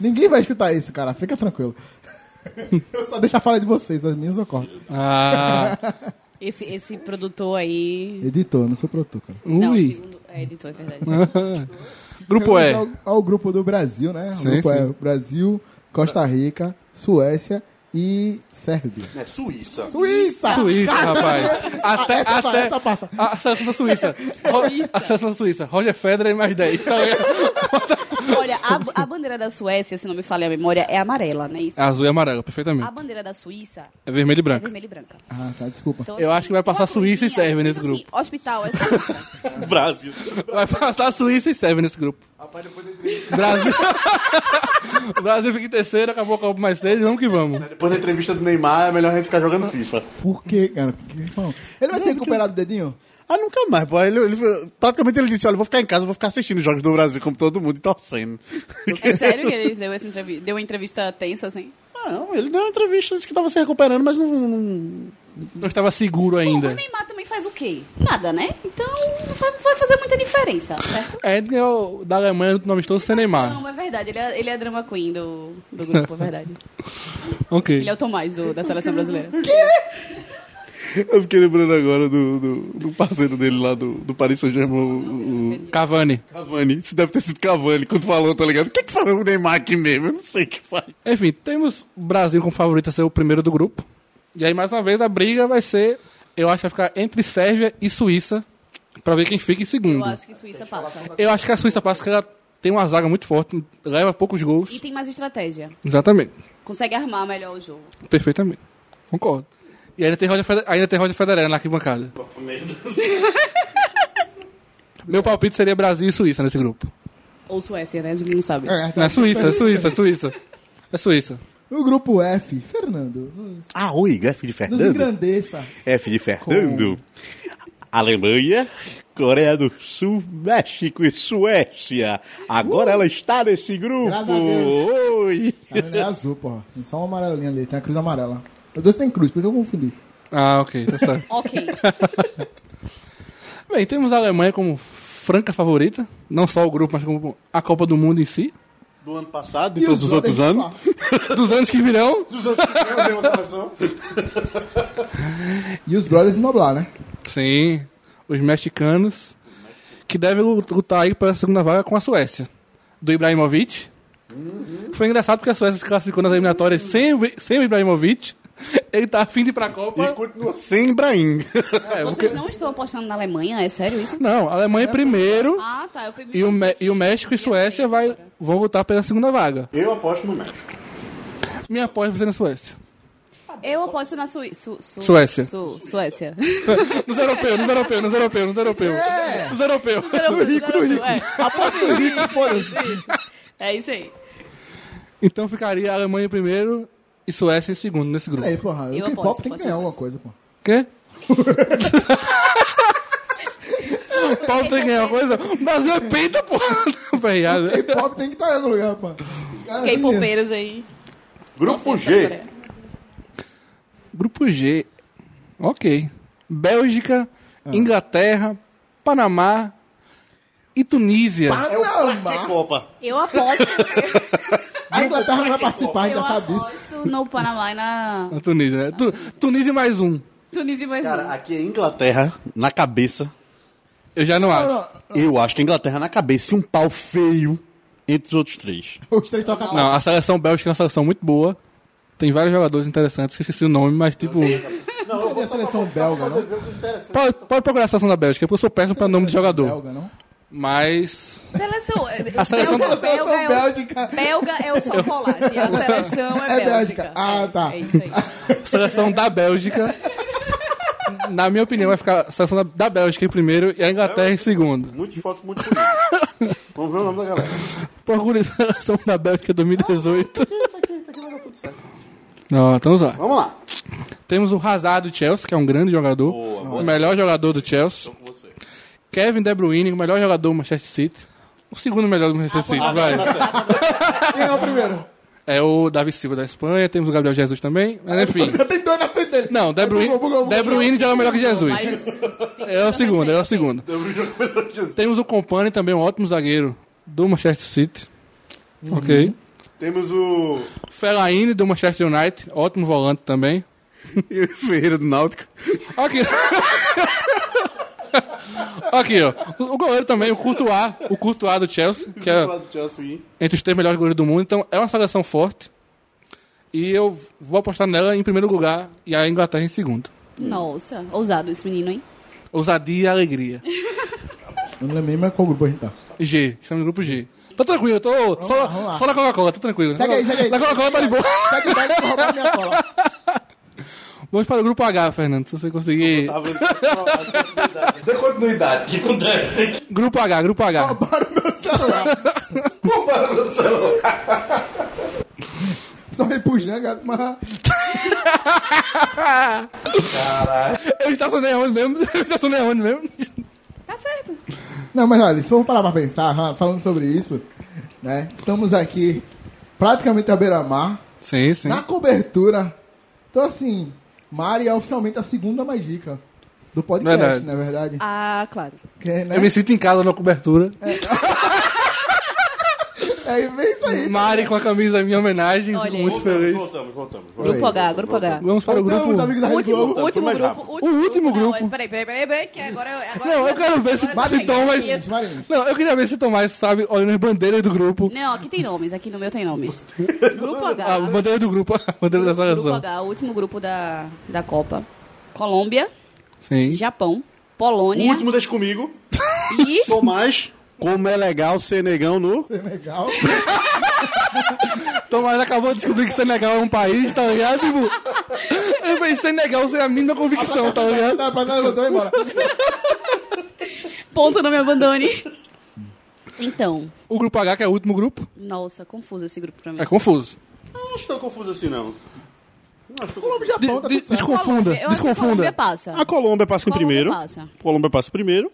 Ninguém vai escutar isso, cara. Fica tranquilo.
[laughs]
Eu só deixo a fala de vocês, as minhas eu corto.
Ah,
Esse, esse produtor aí.
Editor, não sou produtor, cara.
Não, o
ui.
segundo. É editor, é verdade.
[laughs] Grupo E.
Ao, ao grupo do Brasil, né? O
Sim,
grupo é
sim.
Brasil, Costa Rica, Suécia e Sérvia.
É Suíça.
Suíça!
Suíça, [laughs] rapaz. Até,
Essa passa,
até
essa passa.
a seleção da Suíça. Ro- A seleção da Suíça. Roger Federer e mais 10. Tá ligado?
Olha, a, a bandeira da Suécia, se não me falha a memória, é amarela, não é isso?
Azul e amarelo,
A
perfeitamente.
bandeira da Suíça
É vermelho e
é
branco.
vermelha e branca.
Ah, tá, desculpa.
Então,
Eu acho que vai passar
uma coisinha,
Suíça e Sérvia nesse
tipo assim, hospital é
[laughs]
Suíça.
Brasil.
Vai passar a Suíça e serve nesse grupo.
Rapaz, depois da,
Brasil. O Brasil fica em terceiro, acabou a Copa mais seis, vamos que vamos.
depois da entrevista do Neymar, é melhor a gente ficar jogando FIFA.
Por quê, cara? Por que- bom, Ele vai ser recuperado do dedinho?
Ah, nunca mais, pô. Ele, ele- praticamente ele disse, olha, eu vou ficar em casa, eu vou ficar assistindo os jogos do Brasil como todo mundo e torcendo.
É sério que ele deu, essa entrevista, deu uma entrevista tensa, assim?
Ah, não, ele deu uma entrevista, disse que tava se recuperando, mas não... não-
Não estava seguro
Bom,
ainda.
mas Neymar também faz o quê? Nada, né? Então não vai, não vai fazer muita diferença, certo?
É, ele ganhou da Alemanha do nome estou sem Neymar.
Não, é verdade. Ele é, ele é drama queen do, do grupo, é verdade.
Ok.
Ele é o Tomás do- da seleção brasileira.
Eu fiquei lembrando agora do, do, do parceiro dele lá do, do Paris Saint-Germain, o, o-
Cavani.
Cavani. Isso deve ter sido Cavani quando falou, tá ligado? O que é que falou o Neymar aqui mesmo? Eu não sei o que faz.
Enfim, temos o Brasil como favorito a ser o primeiro do grupo. E aí, mais uma vez, a briga vai ser, eu acho que vai ficar entre Sérvia e Suíça, pra ver quem fica em
Eu
segundo.
acho que Suíça passa.
Eu acho que a Suíça passa, porque ela tem uma zaga muito forte, leva poucos
E
gols.
tem mais estratégia.
Exatamente.
Consegue armar melhor o jogo.
Perfeitamente. Concordo. E ainda tem Roger, Feder- ainda tem Roger Federer na arquibancada. [laughs] Meu palpite seria Brasil e Suíça nesse grupo.
Ou Suécia, né? A gente não sabe.
Não, é Suíça, é Suíça, é Suíça. É Suíça.
O grupo F, Fernando, nos,
Ah, oi, F de
nos engrandeça. Tá,
F de Fernando. Alemanha, Coreia do Sul, México e Suécia. Agora ela está nesse
Uh!
grupo.
Graças a Deus.
Oi.
A menina é azul, porra. Tem só uma amarelinha ali, tem a cruz amarela. Os dois têm cruz, por isso eu confundi.
Ah, ok, tá certo.
Ok.
Bem, temos a Alemanha como franca favorita. Não só o grupo, mas como a Copa do Mundo em si.
Do ano passado e todos os outros
olhos
anos.
Dos anos que virão.
Dos anos que eu dei uma seleção.
E os brothers de Noblar, né?
Sim, os mexicanos. Que devem lutar aí pela segunda vaga com a Suécia. Do Ibrahimovic. Foi engraçado porque a Suécia se classificou nas eliminatórias sem, o- sem o Ibrahimovic. [laughs] Ele tá afim de ir pra
E
Copa.
continua sem Ibrahim.
É, o
Vocês
que-
não estão apostando na Alemanha? É sério isso?
Não, a Alemanha primeiro.
Ah, tá. Eu
E o, Me- e o México e Suécia vai, vão lutar pela segunda vaga.
Eu aposto no México.
Minha aposta vai ser na Suécia.
Eu aposto na Sui... Su... Su...
Suécia.
Su... Suécia.
Nos europeus, nos europeus, nos europeus, nos europeus. Nos europeus.
rico, no rico. É.
Aposto no rico, foda-se.
Isso, isso. É isso aí.
Então ficaria a Alemanha em primeiro e Suécia em segundo nesse grupo.
Peraí, porra.
Eu
o K-pop
aposto,
tem que
aposto
ganhar
em
alguma
Suécia.
coisa, pô.
Quê? [laughs] Paulo tem que ganhar uma coisa? O Brasil é peita, porra! [laughs] Não, piada.
K-pop tem que estar em algum lugar, pô.
K-popeiros aí.
Grupo
Torcendo pra
G.
Coreia.
Grupo G. Ok. Bélgica, Inglaterra, Panamá e Tunísia.
Ah,
É o
Panamá.
Parque Copa.
Eu aposto.
A Inglaterra não vai participar, a gente
eu
já sabe disso.
aposto no Panamá e na
A Tunísia, né? Tu- Tunísia mais um.
Tunísia mais
Cara,
um.
aqui é Inglaterra na cabeça.
Eu já não acho.
Eu acho que a Inglaterra na cabeça e um pau feio entre os outros três.
Os três tocam
Não, a seleção bélgica é uma seleção muito boa. Tem vários jogadores interessantes, que eu esqueci o nome, mas tipo.
Não,
Não seria a seleção belga, não?
Pode, pode procurar a seleção da Bélgica, porque eu sou péssimo pra nome de jogador.
Belga, não?
Mas.
Seleção. é,
A seleção
belga,
da- seleção
belga, é o-
Bélgica.
belga é o chocolate. A seleção é,
É Bélgica. Ah,
É,
tá.
É isso
[laughs]
aí.
Seleção da Bélgica. Na minha opinião, vai ficar a seleção da, da Bélgica em primeiro e a Inglaterra em segundo.
É, Muitos fotos, muito bonitos. Vamos ver o nome da galera.
Procure a seleção da Bélgica
Tá
2018. Não, estamos lá.
Vamos lá.
Temos o Hazard do Chelsea, que é um grande jogador. o melhor jogador do Chelsea. Kevin De Bruyne, o melhor
tá né?
jogador do Manchester City. O segundo melhor do Manchester City, vai.
Quem é o primeiro?
É o Davi Silva da Espanha, temos o Gabriel Jesus também,
É,
mas enfim.
Tem dois na frente dele.
Não, De Bruyne, De Bruyne joga melhor que Jesus.
assim,
É o segundo, é o segundo. Temos o Company também, um ótimo zagueiro do Manchester City. Ok.
Temos o.
Fellaini do Manchester United, ótimo volante também.
[laughs] E o Ferreira do Náutico.
Aqui. [laughs] Aqui, ó. O o goleiro também, o Courtois, o Courtois do Chelsea, que é
Do Chelsea.
entre os três melhores goleiros do mundo. Então, é uma seleção forte. E eu vou apostar nela em primeiro lugar e a Inglaterra em segundo.
Nossa, ousado esse menino, hein?
Ousadia e alegria.
Eu não lembrei mais qual grupo a gente tá.
G, estamos no grupo G. Tá tranquilo, eu tô só, só na Coca-Cola, tá tranquilo.
Segue aí, segue aí.
Na Coca-Cola tá de boa.
Tá que dá pra roubar minha cola.
Vamos para o grupo H, Fernando, se você conseguir.
Dê continuidade. Que
Grupo H, grupo H. [laughs]
Só repugnar, gato, mas...
Eu estacionei aonde tá mesmo? [laughs] Eu estacionei aonde mesmo?
Tá certo.
Não, mas olha, se for parar pra pensar, ah, falando sobre isso, né? Estamos aqui praticamente à beira-mar,
Sim, sim.
na cobertura. Então, assim, Mari é oficialmente a segunda mais rica do podcast,
Verdade.
na verdade.
Ah, claro.
Porque, né?
Eu me sinto em casa na cobertura.
É isso aí.
Mari com a camisa em minha homenagem,
Olha aí.
muito feliz.
Voltamos, voltamos.
Olha aí.
Grupo H, grupo H.
Vamos para o
Então,
grupo.
os amigos da Rede
Último,
Globo.
último
mais
grupo.
rápido.
O último
Não,
grupo.
Peraí, peraí, peraí, peraí, que agora... agora
Não, eu quero ver se,
agora
se
tem
Thomas.
aqui.
Marinho.
Não, eu queria ver se Tomás sabe, olhando as bandeiras do grupo.
Não, aqui tem nomes, aqui no meu
[laughs]
tem nomes. Grupo H.
A bandeira do grupo, [laughs] a bandeira da
Grupo
Ah, seleção.
H, o último grupo da, da Copa. Colômbia,
Sim.
Japão, Polônia
Último deixa comigo.
e...
Tomás, como é legal ser negão no.
Legal.
Tomás acabou de descobrir que Senegal é um país, tá ligado? Tipo, eu pensei Senegal sem a mínima convicção, tá ligado?
Tá, pra trás, levantou e embora.
Ponto, não me abandone. Então,
O grupo H, que é o último grupo,
nossa, confuso esse grupo pra mim.
é confuso.
Não acho tão confuso assim, não.
De-
Japão tá tudo
de-
certo.
desconfunda,
Eu acho que Colômbia
desconfunda.
passa.
A Colômbia passa em
Colômbia
primeiro.
passa.
Colômbia passa em primeiro.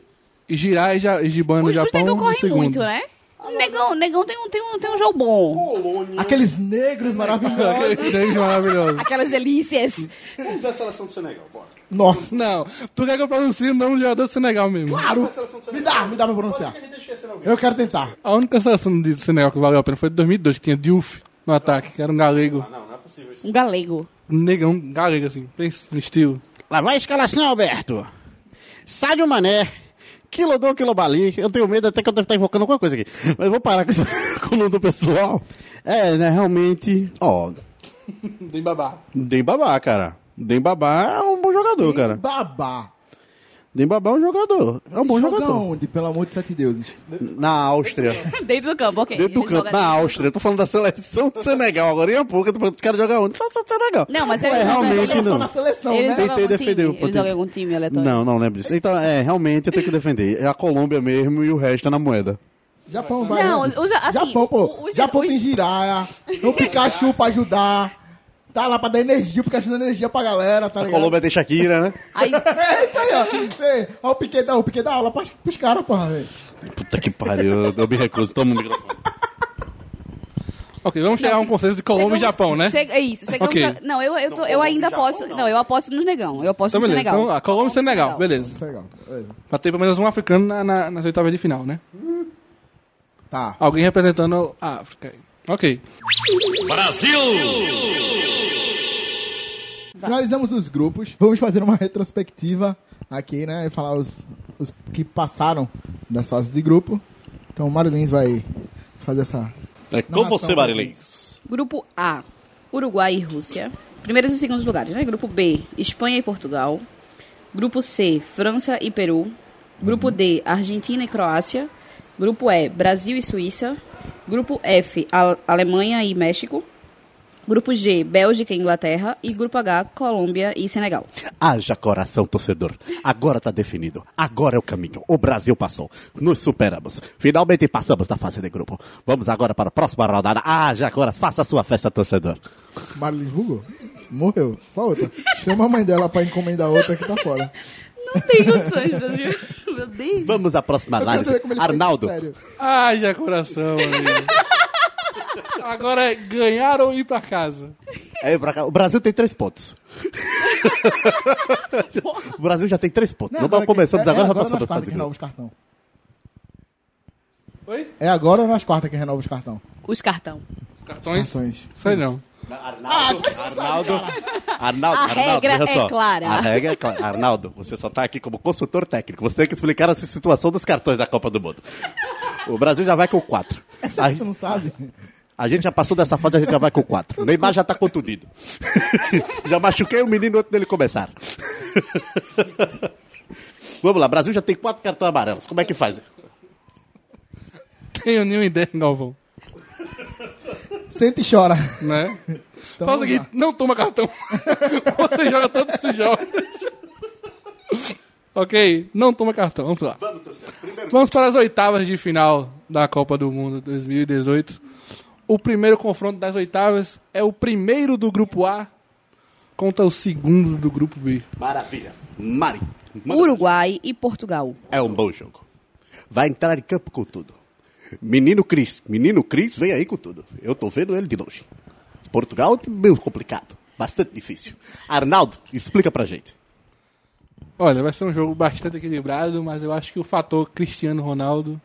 E Girar e Ja- e Gibano no
Os, os
Japão.
negão
no
correm
segundo.
muito, né? Negão, negão tem um, tem um, tem um jogo bom.
Aqueles negros maravilhosos.
Aquele desenho maravilhoso.
Aquelas delícias.
Vamos ver a seleção do Senegal, bora.
Nossa.
Não, tu quer que eu pronuncie o nome do jogador do Senegal mesmo?
Claro. Me dá, me dá pra pronunciar. Eu quero tentar.
A única seleção de Senegal que valeu a pena foi de 2002, que tinha Diouf no ataque, que era um galego.
Não, não é possível isso.
Um galego.
Um negão galego, assim, pensa no estilo.
Lá vai a escalação, Alberto. Sádio Mané. Quilodon, quilobali. Eu tenho medo até que eu devo estar invocando alguma coisa aqui. Mas vou parar com, [laughs] isso, com o nome do pessoal. É, né, realmente... Ó,
Bem babá.
Dem Babá, cara. Dem Babá é um bom jogador, cara.
Babá.
Dem Babá é um jogador. É um bom
Joga
jogador.
onde, pelo amor de sete deuses?
[laughs]
Na Áustria.
[laughs] Dentro do campo, ok.
Dentro do
Ele
campo,
joga
na
dentro.
Áustria. Eu tô falando da seleção do Senegal agora. E a pouco eu tô falando, os caras jogam onde? Só só do Senegal.
Não, mas ele
é,
joga-
realmente
ele
Só
não.
na seleção,
Ele
né?
joga
Tentei
algum
defender o
um time. Ele
Potito.
joga algum time aleatório.
Não, não lembro disso. Então, é, realmente eu tenho que defender. É a Colômbia mesmo e o resto é na moeda.
Japão vai.
Não,
né?
os- assim,
Japão, pô.
o- os-
Japão
os-
tem giraia.
[laughs]
O Pikachu pra ajudar. Tá lá pra dar energia, o Pikachu dando energia pra galera, tá
A
ligado?
Colômbia tem Shakira, né?
[laughs]
Aí,
É isso aí, ó. Vê, ó o Piquet, dá- o Piquet dá aula pros, pros caras, porra, velho.
Puta que pariu, eu, eu me recuso. Toma o microfone.
Ok, vamos chegar a um consenso de Colômbia e
chegamos-
Japão, né?
Chega, é isso. Chegamos
Ok.
a- não, eu, eu, tô- eu ainda aposto. Não. eu aposto nos negão. Eu aposto
Então,
no
beleza.
Senegal.
Então, a Colômbia e Senegal, beleza.
Isso é legal. beleza.
Pra ter pelo menos um africano na, na, nas oitavas de final, né?
Tá.
Alguém representando a África. Ok.
Finalizamos os grupos. Vamos fazer uma retrospectiva aqui, né? E falar os, os que passaram das fases de grupo. Então o Mário Lins vai fazer essa.
É
Narração, né?
Grupo A, Uruguai e Rússia. Primeiros e segundos lugares, né? Grupo B, Espanha e Portugal. Grupo C, França e Peru. Grupo D, Argentina e Croácia. Grupo E, Brasil e Suíça. Grupo F, A- Alemanha e México. Grupo G, Bélgica e Inglaterra. E Grupo H, Colômbia e Senegal.
Haja coração, torcedor. Agora tá definido. Agora é o caminho. O Brasil passou. Nos superamos. Finalmente passamos da fase de grupo. Vamos agora para a próxima rodada. Haja coração. Faça a sua festa, torcedor.
Mário Lins Hugo? Morreu. Só outra. Chama a mãe dela pra encomendar outra que tá fora.
Não tem condições, Brasil. [laughs] Meu Deus.
Vamos à próxima
Eu quero
análise.
saber como ele fez isso,
Arnaldo.
sério.
Ai, já coração, amigo. é Agora é ganhar ou ir pra casa.
É, pra cá, o Brasil tem
[laughs]
três pontos. [laughs] o Brasil já tem três pontos. Não,
agora que-
começamos
é-
agora,
é
já passamos
nas
para
quartas que renova os cartão.
Oi?
É agora ou nas quartas que renova os cartão?
Os cartão.
Cartões? [laughs]
Cartões.
Sei não.
Arnaldo, Arnaldo, Arnaldo,
A
Arnaldo,
regra
veja
é
só.
clara.
A regra é clara. Arnaldo, você só tá aqui como consultor técnico. Você tem que explicar essa situação dos cartões da Copa do Mundo. O Brasil já vai com quatro. A,
Tu não sabe?
a gente já passou dessa fase, a gente já vai com quatro. O Neymar já tá contundido. [laughs] já machuquei o menino antes dele começar. [laughs] Vamos lá, Brasil já tem quatro cartões amarelos. Como é que faz?
Tenho nenhuma ideia, Galvão.
Senta e chora.
Né?
Então,
Fala o
vamos
seguinte,
lá.
não
[laughs]
toma cartão. Você joga todos os jogos. ok, não toma cartão. Vamos lá. Vamos para as oitavas de final da Copa do Mundo 2018. O primeiro confronto das oitavas é o primeiro do grupo A contra o segundo do grupo B.
Maravilha. Mari. manda-
Uruguai e Portugal.
É um bom jogo. Vai entrar em campo com tudo. Menino Cris, menino Cris, vem aí com tudo. Eu tô vendo ele de longe. Portugal é um time meio complicado, bastante difícil. Arnaldo, explica pra gente.
Olha, vai ser um jogo bastante equilibrado, mas eu acho que o fator Cristiano Ronaldo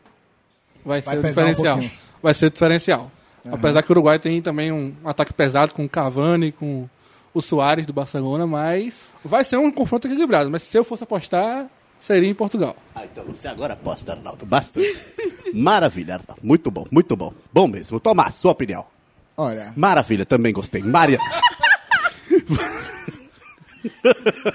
vai,
Vai
ser o
pesar um
diferencial.
pouquinho.
vai ser o diferencial. Apesar que o Uruguai tem também um ataque pesado com o Cavani, com o Soares do Barcelona, mas vai ser um confronto equilibrado. Mas se eu fosse apostar, seria em Portugal.
Ah, então você agora aposta, Arnaldo, bastante. [laughs] Maravilha, Arnaldo. Muito bom, muito bom. Bom mesmo. Tomás, sua opinião.
Olha,
Maravilha, também gostei. Maria. [laughs]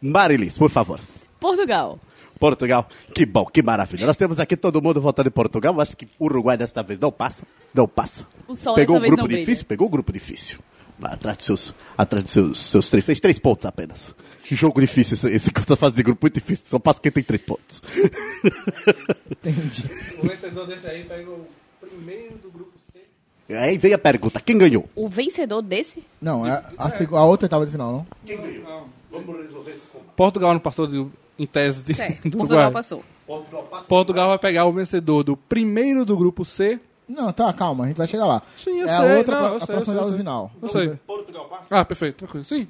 Marilis, por favor.
Portugal.
Portugal, que bom, que maravilha. Nós temos aqui todo mundo votando em Portugal. Acho que o Uruguai desta vez não passa. Não passa.
O sol
pegou
dessa
um
vez
grupo
não né? brilha.
difícil, pegou um grupo difícil. Lá atrás dos seus, atrás dos seus, seus três. Fez três pontos apenas. Que jogo difícil esse, esse que você faz de grupo muito difícil. Só passa quem tem três pontos. [laughs]
O Um vencedor desse aí pega o primeiro do grupo C.
Aí vem a pergunta: quem ganhou?
O vencedor
[laughs]
desse?
não, é a, seg- a outra etapa de final, não?
Portugal não passou de, em tese de,
Certo.
[laughs] do
Portugal
Uruguai.
passou.
Portugal vai pegar o vencedor do primeiro do grupo C.
Não, tá, calma, a gente vai chegar lá.
Sim, eu
é
sei,
a outra,
não,
pro-
eu
a
sei,
próxima
eu sei, eu
etapa de
sei.
final.
Não sei. Ah, perfeito, tranquilo. Sim.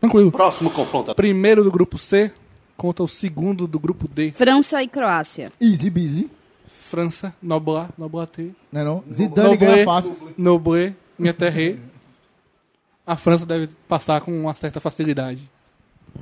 Tranquilo.
Próximo confronto.
Primeiro do grupo C contra o segundo do grupo D.
França e Croácia.
Easy, busy,
França, Nobla, Noblaté,
né não? Zidane ganha fácil.
Noblé, Minha Terre. A França deve passar com uma certa facilidade.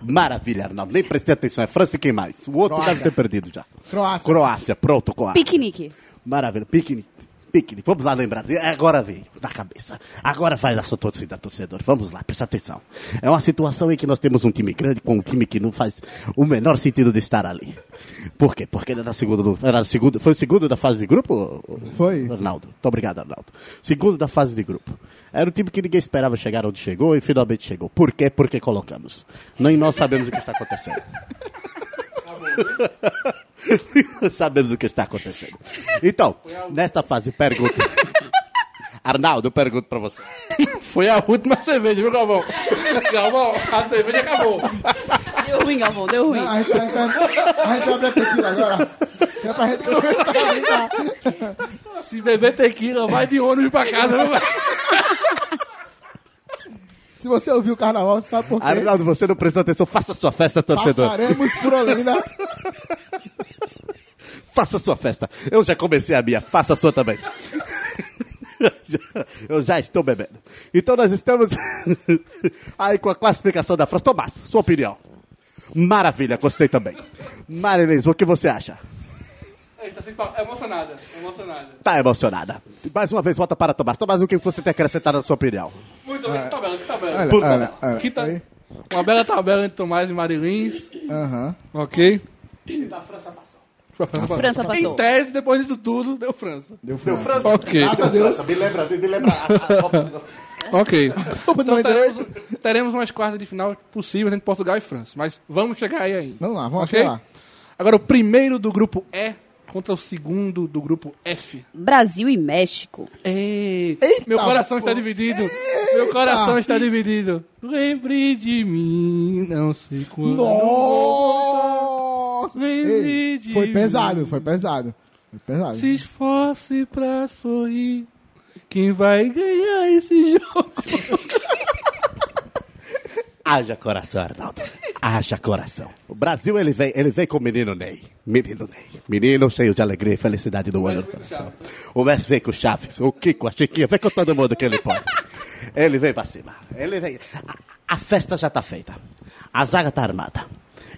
Maravilha, Arnaldo. Nem prestei atenção. É França e quem mais? O outro
Croácia.
deve ter perdido já.
Croácia.
Croácia, pronto, Croácia.
Piquenique.
Maravilha, piquenique. Piquenique, vamos lá lembrar. Agora veio na cabeça. Agora faz a sua torcida, torcedor. Vamos lá, presta atenção. É uma situação em que nós temos um time grande com um time que não faz o menor sentido de estar ali. Por quê? Porque ele era segundo, do- era segundo, foi o segundo da fase de grupo?
Foi.
Arnaldo. Muito obrigado, Arnaldo. Segundo da fase de grupo. Era um time que ninguém esperava chegar onde chegou e finalmente chegou. Por quê? Porque colocamos. Nem nós sabemos o que está acontecendo. [laughs] Sabemos o que está acontecendo. Então, nesta fase, [laughs] pergunta. Arnaldo, eu pergunto pra você.
Foi a última cerveja, viu, [laughs] Galvão? Galvão, a cerveja acabou.
Deu ruim, Galvão, deu ruim.
Ah, A gente, vai- a gente vai- a gente vai abrir a tequila agora. É pra gente começar a brincar.
Se beber tequila, vai de ônibus pra casa. Não vai.
Se você ouviu o carnaval, você sabe por quê.
Arnaldo, você não prestou atenção. Faça sua festa, torcedor.
Passaremos por Olinda.
Faça sua festa. Eu já comecei a minha. Faça a sua também. [laughs] Eu já estou bebendo. Então nós estamos [laughs] aí com a classificação da França. Tomás, sua opinião. Maravilha, gostei também. Marilis, o que você acha?
Ei, tá sem pau. Emocionada, emocionada.
Tá emocionada. Mais uma vez, volta para Tomás. Tomás, o que você tem a acrescentar na sua opinião?
Muito bem, que tabela, que tabela.
Olha,
Puta
olha,
merda.
olha.
Que ta-
Aí,
tá Uma bela tabela entre Tomás e Marilins.
Aham.
Ok. Da França passou.
França passou.
Em
Então-
tese, depois disso tudo, deu França.
Deu França.
Ok,
Deus. Me lembra, me lembra.
ok. Então
98.
teremos, teremos umas quartas de final possíveis entre Portugal e França, mas vamos chegar aí ainda.
Vamos lá, vamos
Ok?
lá.
Agora o primeiro do grupo E contra o segundo do grupo F.
Brasil e México.
Ei, meu coração está dividido. Meu coração está dividido. Lembre de mim, não sei quando.
Nossa!
Lembre
Ei,
de
Foi
mim.
pesado, foi pesado. Foi pesado.
Se esforce pra sorrir. Quem vai ganhar esse [laughs] jogo?
[laughs] Haja coração, Arnaldo. Haja coração. O Brasil, ele vem, ele vem com o menino Ney. Menino Ney. Menino cheio de alegria e felicidade do olho do coração. O Messi vem com o Chaves, o Kiko, a Chiquinha, vem com todo mundo que ele pode. Ele vem pra cima. Ele vem. A, a festa já tá feita. A zaga tá armada.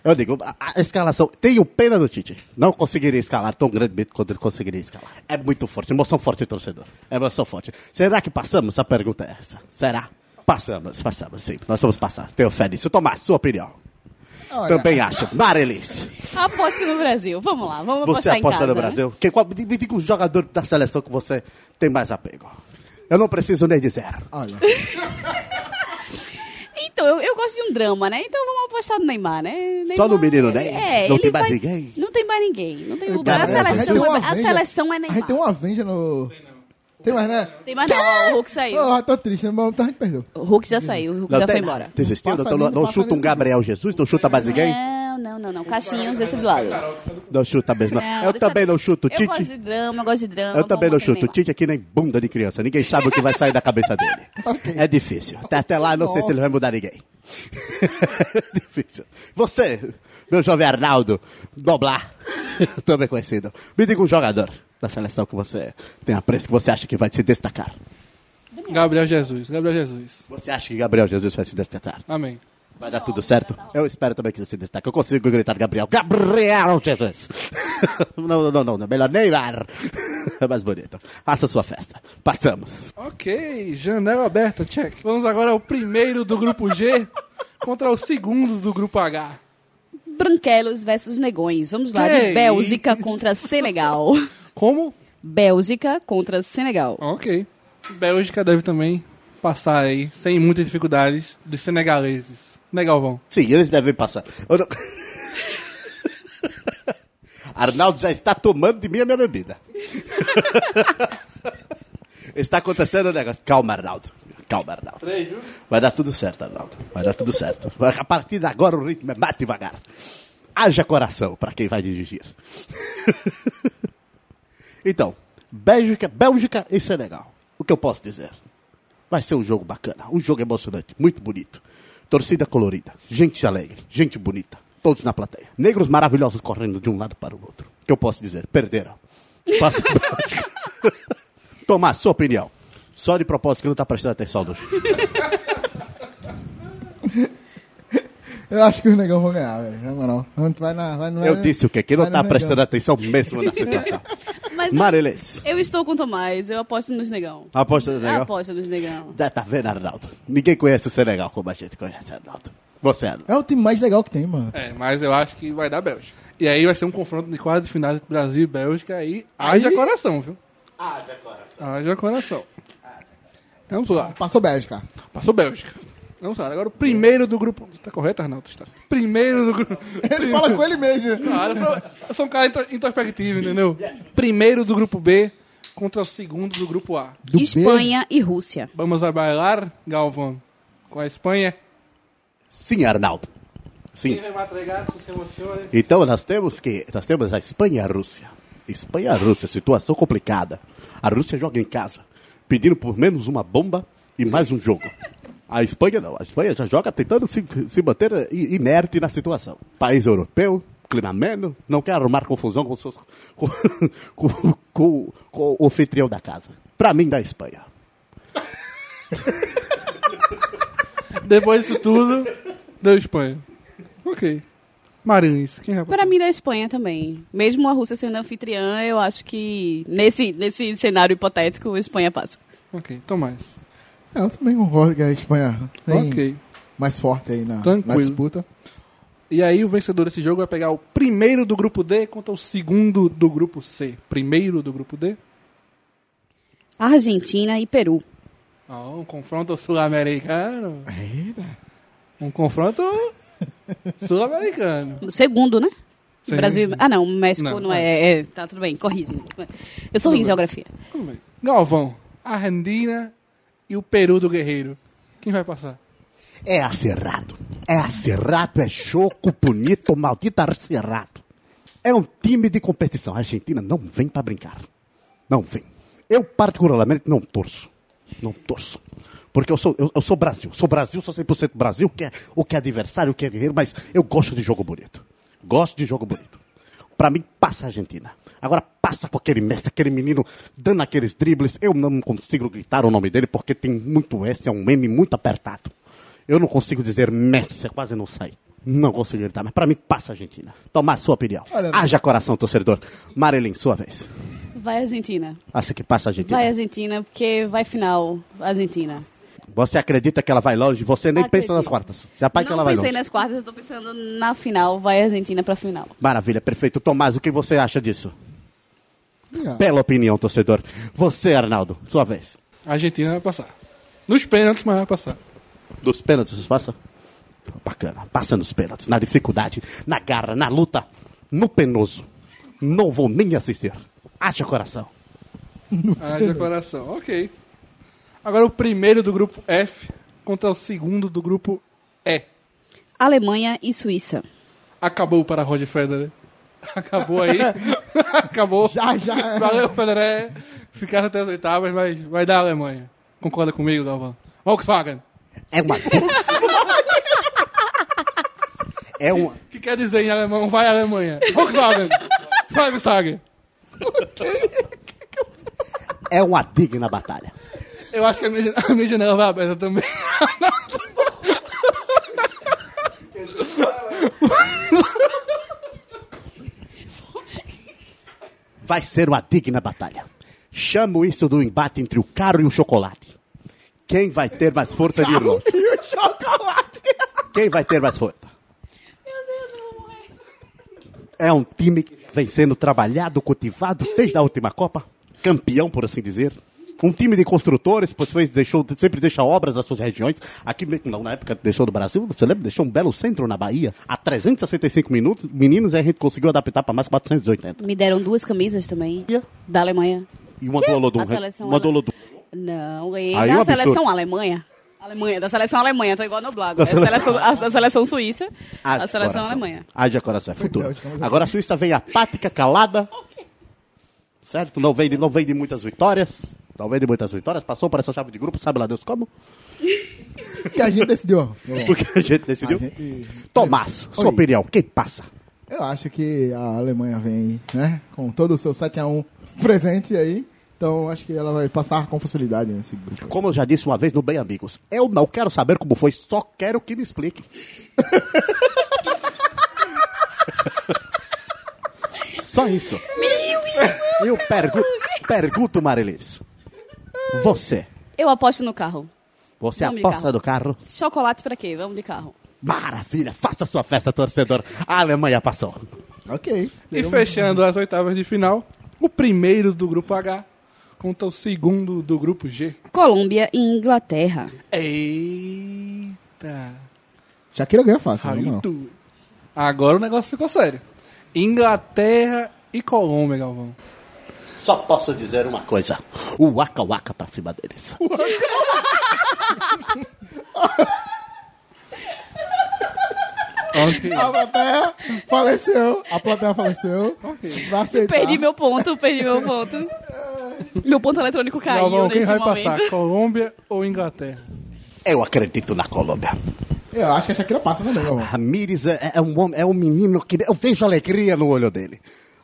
Eu digo, a, a escalação. Tenho pena do Tite. Não conseguiria escalar tão grandemente quanto ele conseguiria escalar. É muito forte. Emoção forte, torcedor. É Emoção forte. Será que passamos? A pergunta é essa. Será? Passamos, passamos, sim. Nós vamos passar. Tenho fé nisso. Tomás, sua opinião. Também acho. Marelis,
[laughs] Aposto no Brasil. Vamos lá, vamos
você
apostar em
aposta
casa.
no Brasil? Que, qual, me diga um jogador da seleção que você tem mais apego. Eu não preciso nem dizer.
Olha,
Então, eu, eu gosto de um drama, né? Então vamos apostar no Neymar, né? Neymar,
Só no menino Ney?
É,
Não
ele
tem mais
vai-
ninguém?
Não tem mais ninguém. Não tem... o-
Cara,
a, seleção,
gente tem
é-
uma
a
Avenger-
seleção é
A gente
Neymar.
tem uma Avenger no. Tem mais, né?
Tem mais não, o Hulk saiu.
Oh, tô triste, né? mas a gente perdeu.
O Hulk já saiu, o Hulk já
tem-
foi embora.
Desistiu? Não,
Passa
não-
ali,
não
passa
chuta um
ali.
Gabriel Jesus? Não chuta mais ninguém?
Não, é. não, não, não. Caixinhos desse do lado.
Não chuta mesmo.
Não,
eu
deixa-
também não chuto
Eu gosto de
Tite.
drama, eu gosto de drama.
Eu também não
Tá vamos
chuto
manter
Tite aqui nem bunda de criança. Ninguém sabe o que vai sair da cabeça dele. É difícil. Até, até lá, eu não sei se ele vai mudar ninguém. [laughs] é difícil. Você, meu jovem Arnaldo, Doblar, [laughs] também conhecido. Me diga um jogador da seleção que você tem apreço, que você acha que vai se destacar.
Gabriel Jesus, Gabriel Jesus.
Você acha que Gabriel Jesus vai se destacar?
Amém.
Vai dar tudo certo? Eu espero também que você destaque. Eu consigo gritar Gabriel. Gabriel Jesus! [laughs] não, não, não, não. Melhor Neymar. É [laughs] mais bonito. Faça sua festa. Passamos.
Ok, janela aberta, check. Vamos agora ao primeiro do grupo G contra o segundo do grupo H.
Neymar. Branquelos versus Negões. Vamos lá,
Que
de Bélgica contra Senegal. [laughs]
Como?
Bélgica contra Senegal.
Ok. Bélgica deve também passar aí, sem muitas dificuldades, Né, dos senegaleses. Legalvão.
Sim, eles devem passar. Eu não- Arnaldo já está tomando de mim a minha bebida. está acontecendo o negócio. Calma, Arnaldo. Calma, Arnaldo. Vai dar tudo certo, Arnaldo. Vai dar tudo certo. A partir de agora o ritmo é mais devagar. Haja coração para quem vai dirigir. [laughs] então, Bélgica, Bélgica e Senegal. O que eu posso dizer? Vai ser um jogo bacana, um jogo emocionante, muito bonito. Torcida colorida, gente alegre, gente bonita, todos na plateia. Negros maravilhosos correndo de um lado para o outro. O que eu posso dizer? Perderam. Passa a Bélgica. [laughs] Tomás, sua opinião. Só de propósito que não está prestando atenção no jogo.
Eu acho que os negão vão ganhar, velho. Na moral. Vai na, vai no-
Eu disse o que? Quem não
vai
está
no
prestando
negão.
atenção mesmo na situação.
Mas eu,
Mareles,
eu estou com o Tomás, eu aposto nos Negão.
aposta Ah, do
Eu
negão.
aposto nos Negão.
Tá, tá vendo, Arnaldo? Ninguém conhece o Senegal como a gente conhece, Arnaldo. Você, Arnaldo.
É o time mais legal que tem, mano.
É, mas eu acho que vai dar Bélgica. E aí vai ser um confronto de quadro de finais entre Brasil e Bélgica. Aí haja coração, viu? Haja coração. Haja coração. Vamos lá.
Passou Bélgica.
Passou Bélgica. Vamos lá. Agora o primeiro do grupo. Tá correto, Arnaldo? Está. Primeiro do [laughs] grupo.
Ele fala com ele mesmo. né?
Cara, eu sou, eu sou um cara intro- introspectivo, entendeu? Primeiro do grupo B contra o segundo do grupo A.
Do B.
Espanha e Rússia.
Vamos a bailar, Galvão, com a Espanha.
Sim, Arnaldo. Sim.
se emociona.
Então nós temos que nós temos a Espanha e a Rússia. Espanha e a Rússia, situação complicada. A Rússia joga em casa, pedindo por menos uma bomba e mais um jogo. A Espanha não, a Espanha já joga tentando se, se manter i- inerte na situação. País europeu, clima ameno, não quer arrumar confusão com, seus, [laughs] com, com- com- com o anfitrião da casa. Pra mim, da Espanha.
Depois disso tudo, deu Espanha. Ok. Marins, quem vai
Para
passar?
mim, da Espanha também. Mesmo a Rússia sendo anfitriã, eu acho que nesse, nesse cenário hipotético, a Espanha passa.
Ok, Tomás.
É, eu também concordo que a Espanha tem
Ok.
mais forte aí na, na
Tranquilo.
disputa.
E aí o vencedor desse jogo vai pegar o primeiro do grupo D contra o segundo do grupo C. Primeiro do grupo D.
Argentina e Peru.
Ah, um confronto sul-americano. Um confronto sul-americano.
O Segundo, né?
Sim,
Brasil.
sim.
Ah, não, o México
Não,
não, é, é- Tá tudo bem, corrige. Eu sou ruim em geografia.
Tudo bem. Galvão, a Argentina e o Peru do Guerreiro. Quem vai passar?
É acerrado. É acerrado, é choco, bonito, maldito acerrado. É um time de competição. A Argentina não vem pra brincar. Não vem. Eu, particularmente, não torço. Não torço. Porque eu sou, eu, eu sou Brasil. Sou Brasil, sou 100% Brasil, que é, o que é adversário, o que é guerreiro, mas eu gosto de jogo bonito. Gosto de jogo bonito. Pra mim, passa a Argentina. Agora passa com aquele mestre, aquele menino dando aqueles dribles. Eu não consigo gritar o nome dele porque tem muito S, é um meme muito apertado. Eu não consigo dizer Messi, quase não sai. Não consigo gritar, mas pra mim passa a Argentina. Tomar sua opinião.
Olha,
Haja coração, torcedor. Marilyn, sua vez.
Vai Argentina.
Assim que passa a Argentina.
Vai Argentina, porque vai final. Argentina.
Você acredita que ela vai longe? Você nem
Acredito.
pensa nas quartas. Já pai que
não
ela vai
pensei
longe.
nas quartas, eu tô pensando na final. Vai Argentina pra final.
Maravilha, perfeito. Tomás, o que você acha disso?
Legal.
Bela opinião, torcedor. Você, Arnaldo, sua vez.
A Argentina vai passar. Nos pênaltis, mas vai passar.
Dos pênaltis, vocês passam? Bacana. Passa nos pênaltis, na dificuldade, na garra, na luta, no penoso. Não vou nem assistir. Haja coração.
Haja coração. Ah, Ok. Agora o primeiro do grupo F contra o segundo do grupo E.
Alemanha e Suíça.
Acabou para Roger Federer. [laughs] Acabou aí. [laughs] Acabou.
Já, já.
Valeu, Federer. Ficar até as oitavas, mas vai dar a Alemanha. Concorda comigo, Galvão? Volkswagen.
É uma.
[laughs]
é uma.
O que quer dizer em alemão? Vai Alemanha.
[laughs]
Volkswagen. Vai, Volkswagen.
É uma digna batalha.
Eu acho que a minha, jan- a minha janela vai aberta também.
vai ser uma digna batalha. Chamo isso do embate entre o carro e o chocolate. Quem vai ter mais força de ir longe? Quem vai ter mais força? É um time que vem sendo trabalhado, cultivado desde a última Copa, campeão, por assim dizer. Um time de construtores, pois fez, deixou, sempre deixa obras nas suas regiões. Aqui, mesmo, não, na época deixou do Brasil, você lembra? Deixou um belo centro na Bahia, a 365 minutos, meninos, e a gente conseguiu adaptar para mais 480.
Me deram duas camisas também.
Yeah.
Da Alemanha.
E uma do Olodum.
A seleção
Uma do
ale-
Olodum.
Não, ganhei
Aí é
da
um absurdo.
seleção Alemanha. Alemanha, da seleção Alemanha, tô igual no Blago.
Da
É a seleção-
seleção-
a, a seleção Suíça, a
Haja
seleção
coração.
Alemanha.
Haja coração, é futuro.
Bélgica, mas é
Agora a Suíça vem
[laughs]
apática, calada. Certo? Não vem, de, não vem de muitas vitórias. Não vem de muitas vitórias. Passou por essa chave de grupo, sabe lá Deus como?
que a gente [laughs] decidiu.
[laughs]
É.
Vamos lá.
Porque a gente decidiu.
A gente-
Tomás, sua
Oi.
opinião, quem passa?
Eu acho que a Alemanha vem, né? Com todo o seu 7x1 presente aí. Então acho que ela vai passar com facilidade nesse grupo.
Como eu já disse uma vez no Bem Amigos, eu não quero saber como foi, só quero que me
[laughs]
explique. só isso. Eu pergu pergunto, Marilis. Você,
Eu aposto no carro.
você
Vamos de
aposta
carro.
do carro?
Chocolate pra quê? Vamos de carro.
Maravilha, faça sua festa, torcedor. A Alemanha passou.
Ok.
E fechando as oitavas de final, o primeiro do grupo H contra o segundo do grupo G.
Colômbia e Inglaterra.
Eita.
Shakira ganha fácil.
How
Não,
you
não.
do? Agora o negócio ficou sério. Inglaterra e Colômbia,
[laughs]
Galvão.
Só posso dizer uma coisa: o Waka Waka pra cima deles.
Ok.
A plateia faleceu. A plateia faleceu. Vai aceitar.
Perdi
Tá.
meu ponto, perdi meu
[laughs]
ponto. meu ponto eletrônico caiu
Galvão, quem
nesse
vai
momento.
passar? Colômbia ou Inglaterra?
Eu acredito na Colômbia.
Eu acho que a Shakira passa também, meu irmão.
Ramírez é, é um, homem- é um menino que eu vejo alegria no olho dele.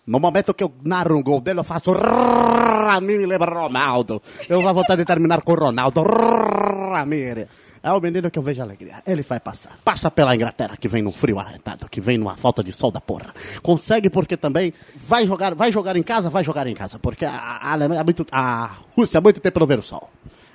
No momento que eu narro um gol dele, eu faço. Ramírez lembra Ronaldo. Eu vou vontade de terminar com Ronaldo. Ramírez. É um menino que eu vejo alegria. Ele vai passar. Passa pela Inglaterra, que vem num frio arretado, que vem numa falta de sol da porra. Consegue porque também vai jogar, vai jogar em casa, vai jogar em casa. Porque a, a Alemanha é muito. A Rússia há muito tempo não vê o sol.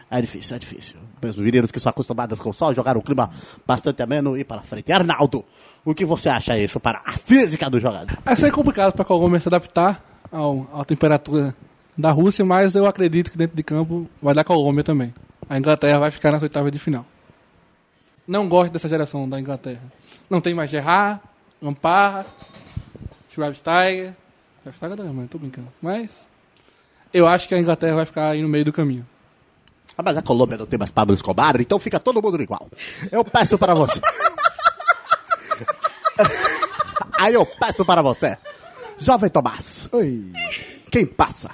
É difícil, é difícil. Os meninos que são acostumados com o sol, jogar um clima bastante ameno e ir para frente. Arnaldo, o que você acha isso para a física do jogador?
Vai ser complicado para a Colômbia se adaptar ao, à temperatura da Rússia, mas eu acredito que dentro de campo vai dar Colômbia também. A Inglaterra vai ficar nas oitavas de final. Não gosto dessa geração da Inglaterra. Não tem mais Gerrard, Lamparra, Schwabsteiger. Schwabsteiger não, mano, tô brincando. Mas eu acho que a Inglaterra vai ficar aí no meio do caminho.
Ah, Mas a Colômbia não tem mais Pablo Escobar, então fica todo mundo igual. Eu peço para você. [laughs] Aí eu peço para você. Jovem Tomás,
Oi.
quem passa?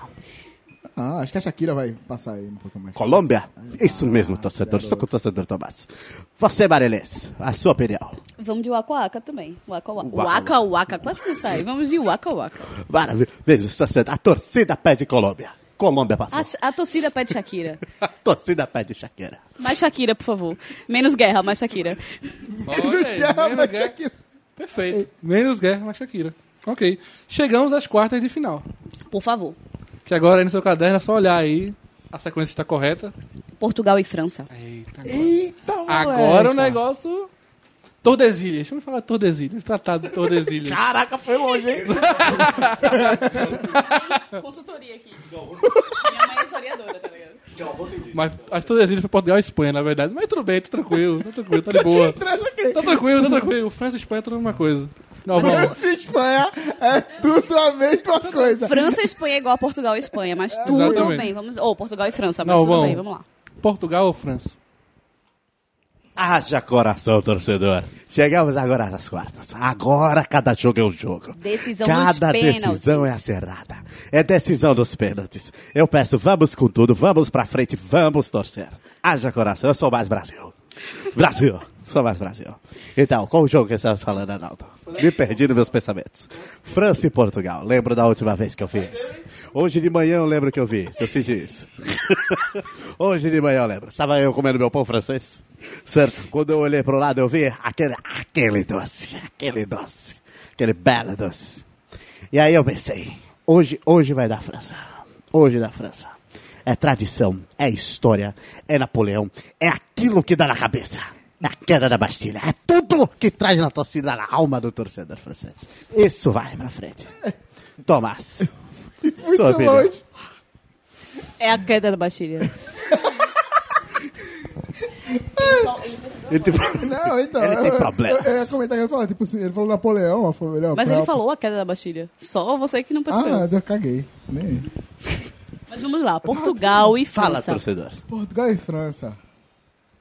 Ah, acho que a Shakira vai passar aí um pouco mais.
Colômbia? Isso mesmo, torcedor. Estou com o torcedor Tomás. Você, Marilês, a sua opinião.
Vamos de Waka Waka também. Waka Waka.
Waka
Waka Waka. Quase que não sai. Vamos de Waka Waka.
Maravilha. Veja, os torcedor- a torcida pede Colômbia. Colômbia passou.
A, a torcida pede Shakira.
A [laughs] torcida pede Shakira.
Mais Shakira, por favor. Menos guerra, mais Shakira.
Olha aí, menos guerra. Perfeito. Menos guerra, mais Shakira. Ok. Chegamos às quartas de final.
Por favor.
Que agora aí no seu caderno é só olhar aí. A sequência está correta.
Portugal e França.
Eita,
Eita,
Agora o negócio. Tordesilhas. Vamos falar de Tordesilhas. Tratado de Tordesilhas.
Caraca, foi longe, hein?
É Consultoria aqui. Minha mãe é historiadora, tá ligado?
Mas as Tordesilhas foi Portugal e Espanha, na verdade. Mas tudo bem, tá tranquilo. Tá tranquilo, tá de boa. Tá tranquilo, tá tranquilo. França e Espanha é tudo a mesma coisa. Não, vamos.
França e Espanha é tudo a mesma coisa.
França e Espanha é igual a Portugal e Espanha, mas tudo
Exatamente.
bem. Vamos... Ou Portugal e França, mas
Não,
tudo
vamos.
bem, vamos lá.
Portugal ou França?
Haja coração, torcedor. Chegamos agora às quartas. Agora cada jogo é um jogo.
Decisão dos
Cada
pênaltis.
decisão é acertada. É decisão dos pênaltis. Eu peço, vamos com tudo, vamos pra frente, vamos torcer. Haja coração, eu sou mais Brasil. Brasil, sou mais Brasil. Então, qual o jogo que estamos falando, Arnaldo? Me perdi nos meus pensamentos. França e Portugal. Lembro da última vez que eu vi isso. Hoje de manhã eu lembro que eu vi isso. Eu senti isso. Hoje de manhã eu lembro. Estava eu comendo meu pão francês. Certo? Quando eu olhei pro lado eu vi aquele, aquele doce, aquele doce, aquele belo doce. E aí eu pensei, hoje, hoje vai dar França. Hoje dá França. É tradição, é história, é Napoleão, é aquilo que dá na cabeça. Na queda da Bastilha. É tudo que traz na torcida, na alma do torcedor francês. Isso vai pra frente. Tomás. sua opinião.
longe.
É a queda da
[laughs]
Bastilha.
Ele tem-
Não, então.
Ele tem
eu-
problemas.
Eu, eu ia comentar que ele falou, tipo assim, ele falou Napoleão, mas foi melhor.
Mas
pra-
ele falou a queda da Bastilha. Só você que não percebeu.
Ah, eu caguei. Nem.
Mas vamos lá. Portugal e
Fala,
França.
torcedor.
Portugal e França.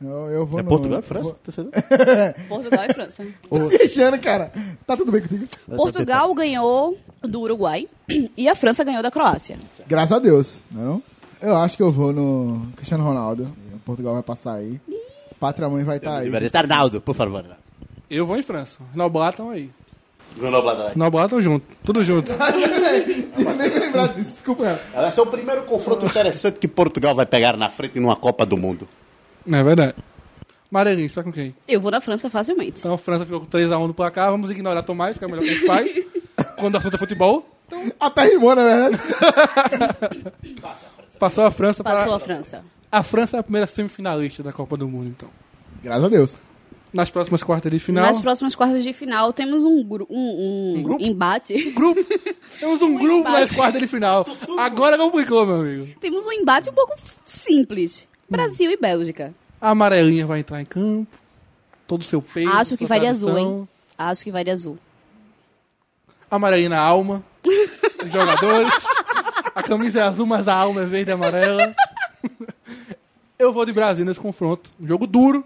Eu, eu vou
É
no-
Portugal,
eu
França?
vou-
torcedor?
Portugal e França.
Tá viajando, cara. Tá tudo bem contigo?
Portugal ganhou do Uruguai [clears throat] e a França ganhou da Croácia.
Graças a Deus. Não? Eu acho que eu vou no Cristiano Ronaldo. Portugal vai passar aí. Pátria Mãe vai estar aí. [laughs]
Arnaldo, por favor.
Eu vou em França. Noblatam aí.
Gonoblador.
Noblatam junto. Tudo junto.
Nem me lembrar disso, desculpa. cara.
Esse é o primeiro confronto interessante que Portugal vai pegar na frente numa Copa do Mundo.
Não é verdade. Marelinho, você vai com quem?
Eu vou na França facilmente.
Então a França ficou com 3x1 no placar. Vamos ignorar Tomás, que é o melhor que a gente faz. Quando o assunto é futebol,
Até rimou, na verdade.
passou a França
Passou
para...
a França.
A França é a primeira semifinalista da Copa do Mundo, então.
Graças a Deus.
Nas próximas quartas de final.
Nas próximas quartas de final temos um, gru- um, um embate. [laughs]
Temos um grupo
empate.
nas quartas de final. Agora complicou, meu amigo.
temos um embate um pouco f- simples. Brasil e Bélgica.
A amarelinha vai entrar em campo. Todo o seu peito.
Acho que
sua
vai de
tradição.
azul, hein? Acho que vai de azul.
A amarelinha na alma. Os jogadores. a camisa é azul, mas a alma é verde e amarela. Eu vou de Brasil nesse confronto. Um jogo duro.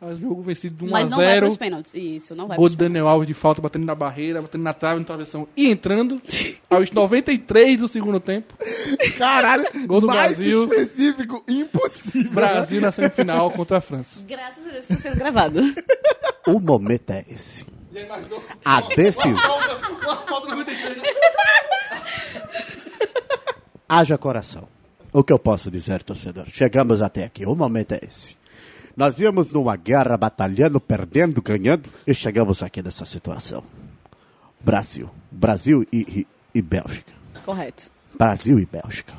Um jogo vencido de 1
Mas
a
não vai
0
pros pênaltis. Isso, não vai
Gol
pros
do Daniel Alves de falta, batendo na barreira, batendo na trave, na travessão e entrando.
[laughs]
Aos 93 do segundo tempo.
Caralho.
Gol do
mais
Brasil.
específico, impossível.
Brasil na semifinal contra a França.
[laughs] Graças a Deus, está sendo gravado.
O momento é esse. A decisão. Haja coração. O que eu posso dizer, torcedor? Chegamos até aqui. O momento é esse. Nós viemos numa guerra batalhando, perdendo, ganhando e chegamos aqui nessa situação. Brasil. Brasil e- e, e Bélgica.
Correto.
Brasil e Bélgica.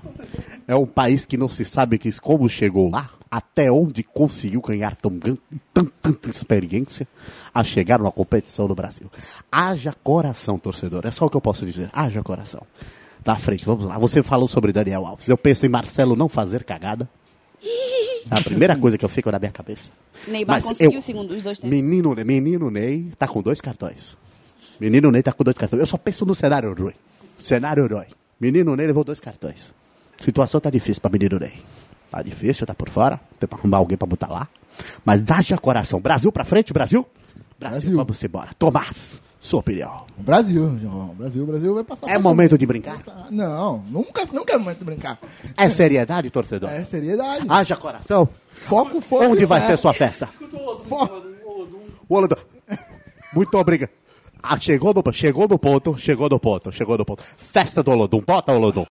É um país que não se sabe que- como chegou lá, até onde conseguiu ganhar tão, gran- tan- tanta experiência a chegar numa competição no Brasil. Haja coração, torcedor. É só o que eu posso dizer. Haja coração. Na frente, vamos lá. Você falou sobre Daniel Alves. Eu penso em Marcelo não fazer cagada. É a primeira coisa que eu fico na minha cabeça.
Neymar
Mas
conseguiu
eu-
o segundo dos dois tempos.
Menino, menino Ney tá com dois cartões. Menino Ney tá com dois cartões. Eu só penso no cenário ruim. Cenário herói. Menino Ney levou dois cartões. Situação tá difícil pra menino Ney. Tá difícil, tá por fora. Tem pra arrumar alguém pra botar lá. Mas haja coração. Brasil pra frente, Brasil. Brasil,
Brasil.
vamos embora. Tomás, sua opinião.
O Brasil, João. O Brasil, o Brasil vai passar.
É momento de brincar?
passar- Não, nunca, nunca é momento de brincar.
É seriedade, torcedor?
É seriedade.
[laughs] Haja coração.
Foco, foco.
Onde
e
vai
fé.
ser sua festa?
Foco.
O Olodum. Muito obrigado. Ah, chegou no, chegou no ponto, chegou no ponto, chegou no ponto. Festa do Olodum, bota Olodum.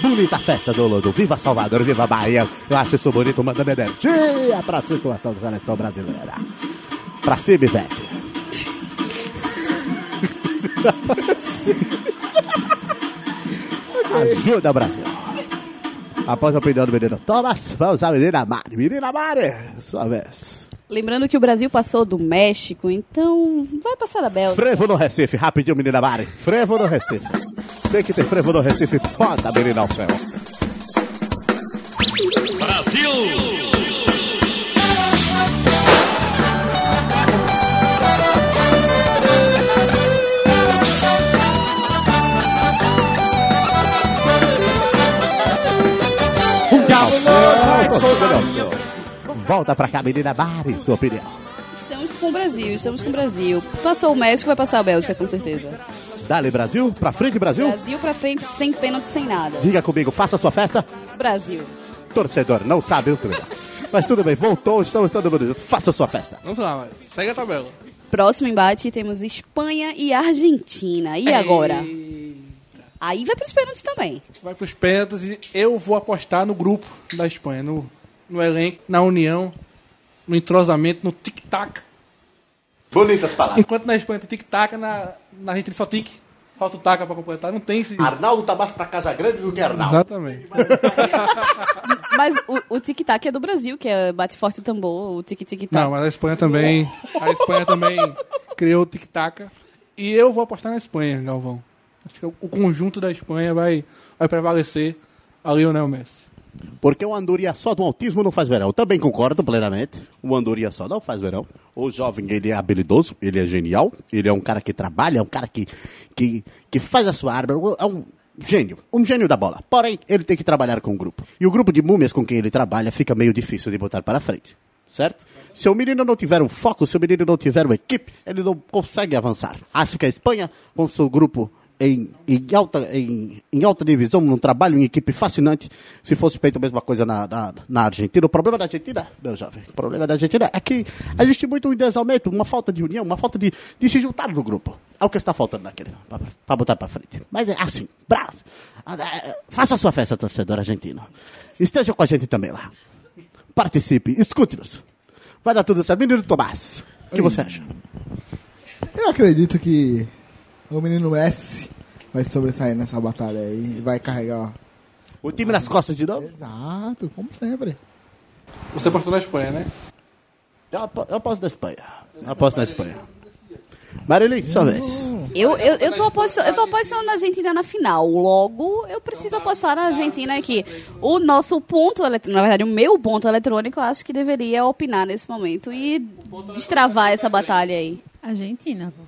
Bonita festa do Olodum. Viva Salvador, viva Bahia. Eu acho isso bonito, mandando energia pra situação da seleção brasileira. Pra cima, Ivete. Ajuda, Brasil. Após a opinião do menino Thomas, vamos à menina Mari. Menina Mari, sua vez.
Lembrando que o Brasil passou do México, então vai passar da Bélgica.
Frevo no Recife, rapidinho, menina Mari. Frevo no Recife. Tem que ter frevo no Recife, foda, menina ao céu. Mundial. Um Volta pra cá, menina Mari, sua opinião.
Estamos com o Brasil, estamos com o Brasil. Passou o México, vai passar a Bélgica, com certeza.
Dale Brasil, pra frente Brasil.
Brasil pra frente, sem pênalti, sem nada.
Diga comigo, faça sua festa.
Brasil.
Torcedor, não sabe o trilho. Mas tudo bem, voltou, estamos todo mundo junto. Faça sua festa.
Vamos lá, mas segue a tabela.
Próximo embate temos Espanha e Argentina. E agora? Aí vai pros pênaltis também.
Vai pros pênaltis e eu vou apostar no grupo da Espanha, no, no elenco, na união, no entrosamento, no tic-tac.
Bonitas palavras.
Enquanto na Espanha tem tic-tac, na, na Argentina só tic. Falta o taca pra completar, não tem esse...
Arnaldo tá mais pra Casa Grande do que Arnaldo.
Exatamente.
Mas o, o tic-tac é do Brasil, que é bate forte o tambor, o
Não,
tic-tic-tac.
mas a Espanha também... A Espanha também criou o tic-tac. E eu vou apostar na Espanha, Galvão. Acho que o o conjunto da Espanha vai, vai prevalecer a Lionel Messi.
Porque o andorinha só do autismo não faz verão. Também concordo plenamente. O andorinha só não faz verão. O jovem, ele é habilidoso, ele é genial, ele é um cara que trabalha, é um cara que, que, que faz a sua árvore, é um gênio, um gênio da bola. Porém, ele tem que trabalhar com o grupo. E o grupo de múmias com quem ele trabalha fica meio difícil de botar para frente. Certo? Se o menino não tiver um foco, se o menino não tiver uma equipe, ele não consegue avançar. Acho que a Espanha, com seu grupo em, em alta, em, em alta divisão, num trabalho em equipe fascinante, se fosse feito a mesma coisa na, na, na Argentina. O problema da Argentina, meu jovem, o problema da Argentina é que existe muito um desalmento, uma falta de união, uma falta de, de se juntar no grupo. É o que está faltando naquele, para botar para frente. Mas é assim, bravo. Ah, ah, Faça a sua festa, torcedor argentino. Esteja com a gente também lá. Participe, escute-nos. Vai dar tudo certo. Menino Tomás, o que você acha?
Eu acredito que o menino S vai sobressair nessa batalha aí e vai carregar. ó.
O time nas costas de novo?
Exato, como sempre.
Você apostou na Espanha, né?
Eu apo- eu aposto na Espanha. Eu aposto na Espanha. Marilyn, sua vez.
Eu, eu, eu, tô apostando, eu tô apostando na Argentina na final. Logo, eu preciso apostar na Argentina aqui. O nosso ponto eletrônico, na verdade, o meu ponto eletrônico, eu acho que deveria opinar nesse momento e destravar essa batalha aí.
Argentina, pô.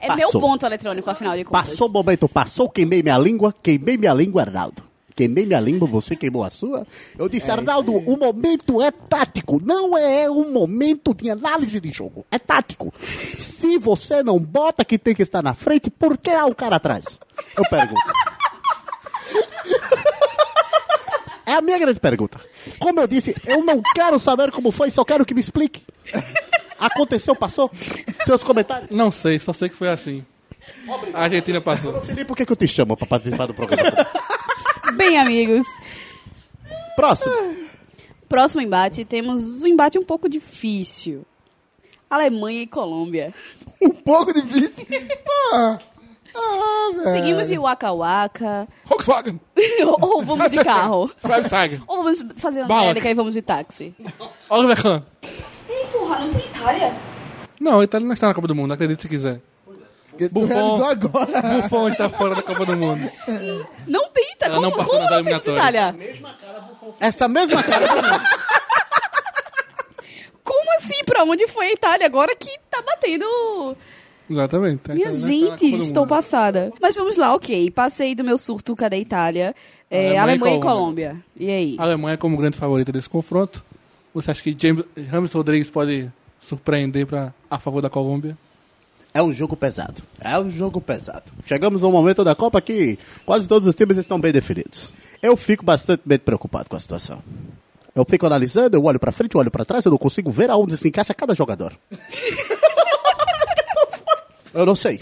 É
Passou.
meu ponto eletrônico, afinal de contas.
Passou o momento, passou, queimei minha língua, queimei minha língua, Arnaldo. Queimei minha língua, você queimou a sua. Eu disse, Arnaldo, o momento é tático, não é um momento de análise de jogo, é tático. Se você não bota que tem que estar na frente, por que há um cara atrás? Eu pergunto. É a minha grande pergunta. Como eu disse, eu não quero saber como foi, só quero que me explique. Aconteceu, passou? Seus comentários?
Não sei, só sei que foi assim. A Argentina passou.
Não sei nem por que que eu te chamo pra participar do programa.
Bem, amigos.
Próximo.
Próximo embate, temos um embate um pouco difícil. Alemanha e Colômbia.
[laughs] Um pouco difícil. Pô. Ah, velho.
Seguimos de Waka Waka. [laughs]
Volkswagen!
ou vamos de carro.
Volkswagen!
Ou vamos fazer
Bala.
Angélica e vamos de táxi.
Oliver Kahn!
Porra, não tem Itália?
Não, a Itália não está na Copa do Mundo, acredite se quiser.
Porque tu
Buffon.
realizou agora.
Buffon está fora da Copa do Mundo.
Não tem Itália.
Ela não
como
passou
como
nas
não temos
eliminatórias.
Itália?
Essa mesma cara.
Como assim? Pra onde foi a Itália agora que tá batendo?
Exatamente. A
Minha
Itália não está na
gente,
Copa do
estou
Mundo.
passada. Mas vamos lá, ok. Passei do meu surto, cadê a Itália? É,
Alemanha e
Alemanha e
Colômbia.
Colômbia. E aí?
A Alemanha como grande favorita desse confronto. Você acha que James, James Rodrigues pode surpreender pra, a favor da Colômbia?
É um jogo pesado. É um jogo pesado. Chegamos ao momento da Copa que quase todos os times estão bem definidos. Eu fico bastante bem preocupado com a situação. Eu fico analisando, eu olho pra frente, eu olho pra trás, eu não consigo ver aonde se encaixa cada [laughs] jogador. eu não sei.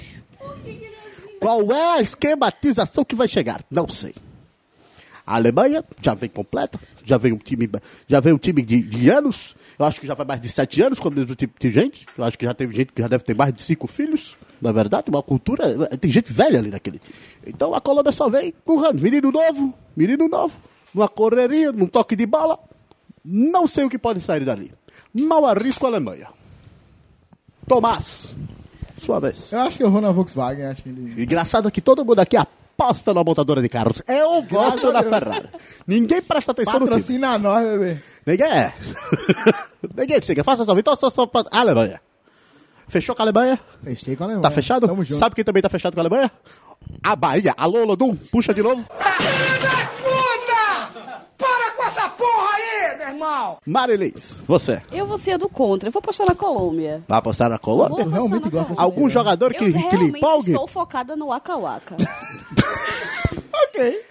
Qual é a esquematização que vai chegar? Não sei. A Alemanha já vem completa, já vem um time, já vem um time de, de anos. Eu acho que já vai mais de sete anos com o mesmo tipo de gente. Eu acho que já teve gente que já deve ter mais de cinco filhos. Na verdade, uma cultura. eh, Tem gente velha ali naquele time. Então a Colômbia só vem com anos. Menino novo, menino novo. Numa correria, num toque de bala. Não sei o que pode sair dali. Não arrisco a Alemanha. Tomás, sua vez.
Eu acho que eu vou na Volkswagen, acho que ele.
Engraçado que todo mundo aqui aposta na montadora de carros. Eu gosto
a
da
Deus.
Ferrari. Ninguém presta atenção no time.
Patrocina nós, bebê.
Ninguém é. [laughs] Ninguém chega. Faça sua vitória, só só pra... Alemanha. Fechou com a Alemanha?
Fechei com a Alemanha.
Tá fechado?
É, Tamo junto.
Sabe quem também tá fechado com a Alemanha? A Bahia. Alô, Lodum, puxa de novo.
Filho da puta! Para com essa porra aí, meu irmão!
Marilis, você.
Eu vou ser do contra. Eu vou apostar na Colômbia.
Vai apostar na
Vou
Colômbia?
apostar
realmente
na
gosta
Colômbia.
Algum jogador que,
eu
que lhe
realmente
empolgue?
estou focada no Waka Waka.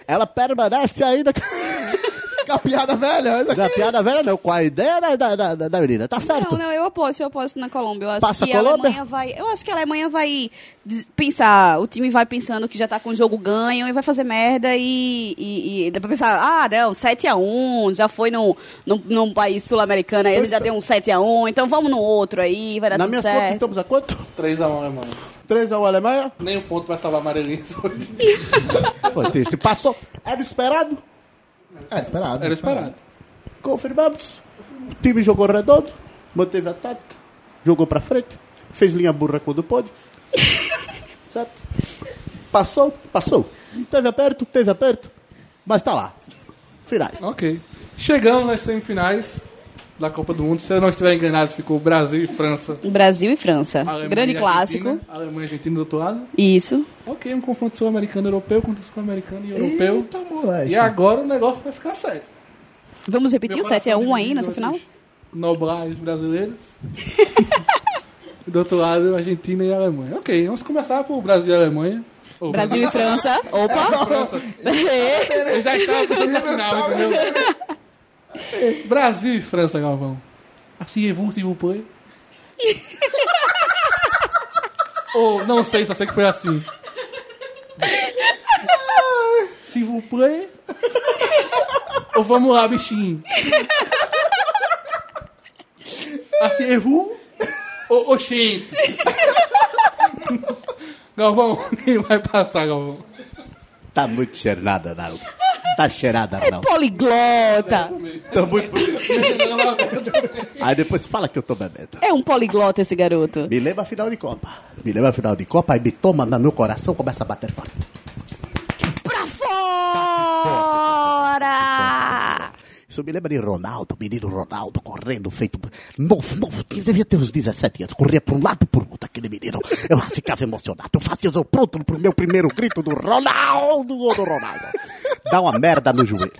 Ela permanece ainda
Com a piada velha. olha
[laughs] na piada velha, não. Com a ideia da, da, da, da menina. Tá certo?
Não, não, eu aposto, eu aposto na Colômbia. Eu acho
Passa
que
a
a
Colômbia?
Alemanha vai. Eu acho que a Alemanha vai des- pensar, o time vai pensando que já tá com o jogo ganho e vai fazer merda e. e, e dá pra pensar, ah, não, 7x1, já foi num, num, num país sul-americano, aí ele
tá.
já deu um 7x1, então vamos no outro aí, vai dar
Na
tudo
minha conta
certo.
estamos a quanto?
3x1, Alemanha.
3 a 1 Alemanha?
Nem um ponto vai salvar a Marelinhas hoje.
Foi triste. Passou. Era esperado?
É, esperado.
[laughs] Era esperado.
Confirmamos. O time jogou redondo, manteve a tática, jogou pra frente, fez linha burra quando [laughs] pôde. certo? Passou, passou. Teve aperto, teve aperto, mas tá lá. Finais.
Ok. Chegamos às semifinais da Copa do Mundo. Se eu não estiver enganado, ficou Brasil e França.
Brasil e França.
Alemanha
Grande
e
clássico.
Argentina. Alemanha e Argentina do outro lado.
Isso.
Ok, um confronto sul-americano-europeu contra sul-americano e europeu.
Eita, moleque.
E agora o negócio vai ficar sério.
Vamos repetir o
Meu coração
7x1 aí
dividido
nessa
entre
final?
os Nobrais brasileiros. [laughs] Do outro lado, Argentina e Alemanha. Ok, vamos começar por Brasil e Alemanha. Ou
Brasil e França. Opa!
França. É, Eu já estava pensando na final, entendeu? Brasil e França, Galvão. Assim, vous, s'il vous plaît. Ou, não sei, só sei que foi assim. S'il vous plaît. Ou vamos lá, bichinho. Assim, é vous. Ou, oxente. Galvão, [laughs] quem vai passar, Galvão?
Tá muito cheirada, não. Tá cheirada, não.
É,
Poliglota!
Tá muito. [laughs] Aí depois fala que eu tô bebendo.
É um poliglota esse garoto.
Me lembra a final de Copa. Me lembra a final de Copa e me toma no meu coração, começa a bater forte.
Pra fora!
Isso me lembra de Ronaldo, menino Ronaldo, correndo, feito um novo, novo, que devia ter uns 17 anos, corria para um lado por outro, aquele menino. Eu ficava emocionado, eu fazia eu pronto pro meu primeiro grito do Ronaldo, gol do Ronaldo. Dá uma merda no joelho.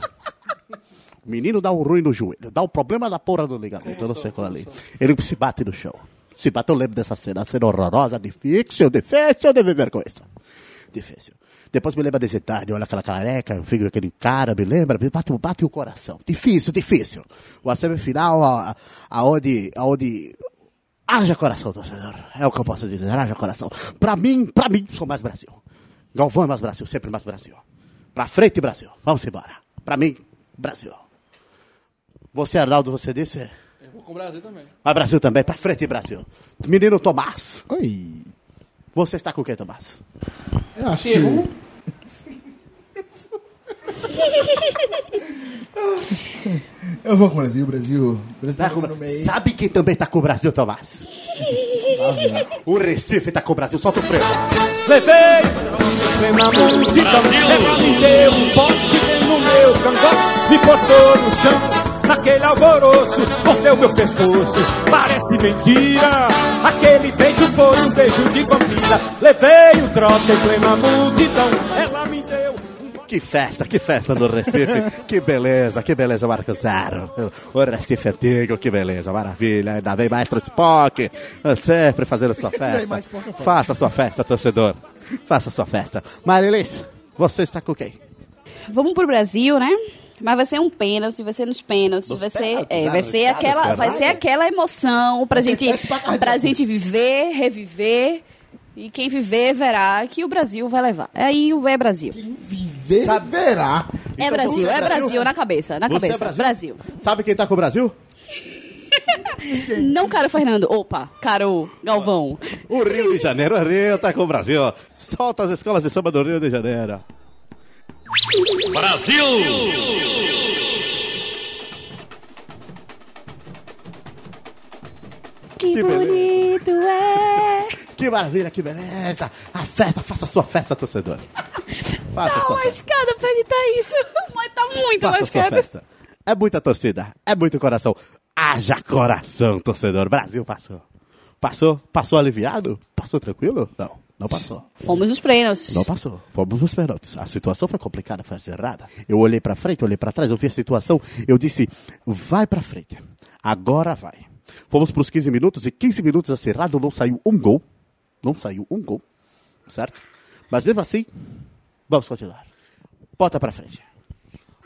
O menino dá um ruim no joelho, dá um problema na porra do ligamento, eu não sei qual é ali. Ele se bate no chão. Se bate, eu lembro dessa cena, cena horrorosa, difícil, difícil de viver com isso. Difícil. Depois me lembra desse tarde, olha aquela careca, eu fico aquele cara, me lembra, me bate, bate o coração. Difícil, difícil. Uma semifinal a- aonde, aonde haja coração, torcedor. É o que eu posso dizer, haja coração. Pra mim, pra mim, sou mais Brasil. Galvão é mais Brasil, sempre mais Brasil. Pra frente, Brasil. Vamos embora. Pra mim, Brasil. Você, Arnaldo, você disse?
Eu vou com o Brasil também.
Mas Brasil também, pra frente, Brasil. Menino Tomás,
Oi.
você está com quem, Tomás?
Eu acho que...
Errou.
[laughs] Eu vou com o Brasil, Brasil. Brasil
Tá com o
no
Brasil.
meio.
Sabe quem também tá com o
[laughs]
Brasil, Tomás? o Recife tá com o Brasil, solta o freio.
Levei o trote em plena multidão, ela me deu um
Que festa, que festa no Recife. que beleza, que beleza, Marcos Zero. O Recife é antigo, que beleza, maravilha. Ainda bem, Maestro Spock. Sempre fazendo sua festa. Faça sua festa, torcedor. Faça sua festa. Marilis, você está com quem?
Vamos pro Brasil, né? Mas vai ser um pênalti, vai ser nos pênaltis, vai ser,
pênaltis,
é,
ah,
vai
nos
ser
caras,
aquela, vai
caralho.
ser aquela emoção pra gente, pra gente viver, reviver. E quem viver verá que o Brasil vai levar. Aí o é Brasil.
Viver verá.
é Brasil,
Então, você
é
é
Brasil,
Brasil?
na cabeça, na
Você é
cabeça. Brasil.
Brasil? Sabe quem está com o Brasil?
Não, cara, Fernando. Opa, caro Galvão.
O Rio de Janeiro, o Rio tá com o Brasil. Solta as escolas de samba do Rio de Janeiro.
Que, bonito é.
Que maravilha, que beleza. A festa, faça sua festa, torcedor. Faça
Tá
sua festa.
lascada pra editar isso. [laughs] Mas tá muito
Faça sua
lascada.
festa. É muita torcida, é muito coração. Haja coração, torcedor. Brasil passou. Passou? Passou aliviado? Passou tranquilo? Não, não passou.
Fomos nos pênaltis.
Não passou. Fomos nos pênaltis. A situação foi complicada, foi acirrada. Eu olhei pra frente, olhei pra trás, eu vi a situação, eu disse, vai pra frente. Agora vai. Fomos pros 15 minutos e 15 minutos acirrado, não saiu um gol. Não saiu um gol, certo? Mas mesmo assim, vamos continuar. Bota pra frente.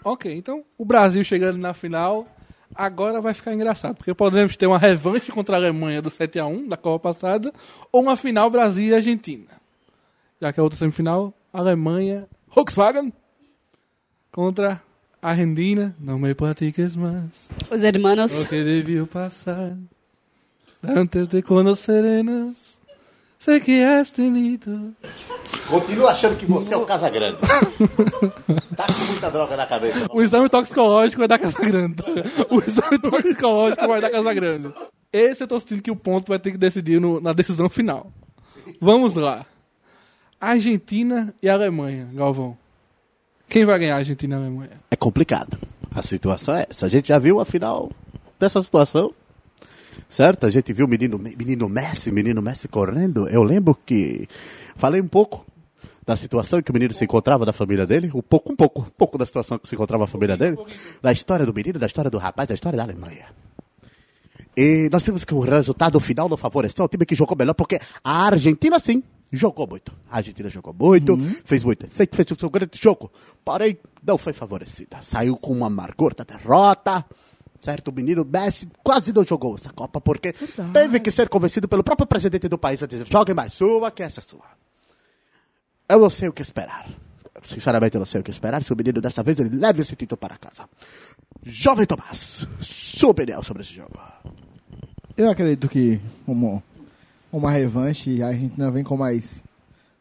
Ok, então o Brasil chegando na final, agora vai ficar engraçado, porque podemos ter uma revanche contra a Alemanha do 7x1 da Copa passada, ou uma final Brasil e Argentina. Já que a outra semifinal, Alemanha, Volkswagen contra a Argentina, não me platiques mais.
Os hermanos.
O que deviam passar antes de conocernos. Sei que és tenido.
Continua achando que você é
[laughs]
o Casagrande. tá com muita droga na cabeça.
O exame toxicológico vai dar Casa Grande. O exame toxicológico vai dar Casa Grande. Esse eu tô sentindo que o ponto vai ter que decidir no- na decisão final. Vamos lá. Argentina e Alemanha, Galvão. Quem vai ganhar Argentina e Alemanha?
É complicado. A situação é essa. A gente já viu a final dessa situação. Certo? A gente viu o menino, menino Messi, menino Messi correndo. Eu lembro que falei um pouco da situação que o menino se encontrava da família dele, um pouco, um pouco, um pouco da situação que se encontrava a família dele, da história do menino, da história do rapaz, da história da Alemanha. E nós temos que o resultado final não favoreceu o time que jogou melhor, porque a Argentina, sim, jogou muito. A Argentina jogou muito, fez muito efeito, fez o seu grande jogo. Porém, não foi favorecida. Saiu com uma amargor da derrota. Certo, o menino Messi quase não jogou essa Copa, porque teve que ser convencido pelo próprio presidente do país a dizer: jogue mais sua, que essa é sua. Eu não sei o que esperar. Sinceramente, eu não sei o que esperar. Se o menino dessa vez ele leve esse título para casa. Jovem Tomás, sua opinião sobre esse jogo.
Eu acredito que como uma revanche, a Argentina vem com mais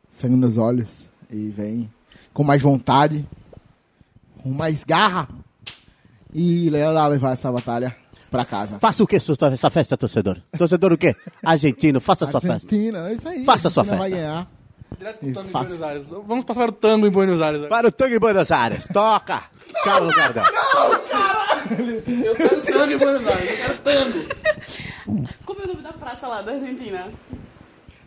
sangue nos olhos e vem com mais vontade, com mais garra e ela levar essa batalha pra casa.
Faça o que sua- essa festa, torcedor? Torcedor o quê? Argentino, faça sua festa.
Argentina, é isso aí.
Faça sua
Argentina
festa.
Vai ganhar.
Direto pro tango em
Fácil.
Buenos Aires. Vamos passar o tango em Buenos Aires. agora.
Para o Tango em Buenos Aires, toca! Carlos Gardel.
Eu quero tango em Buenos Aires. Eu quero tango.
Como é o nome da praça lá da Argentina?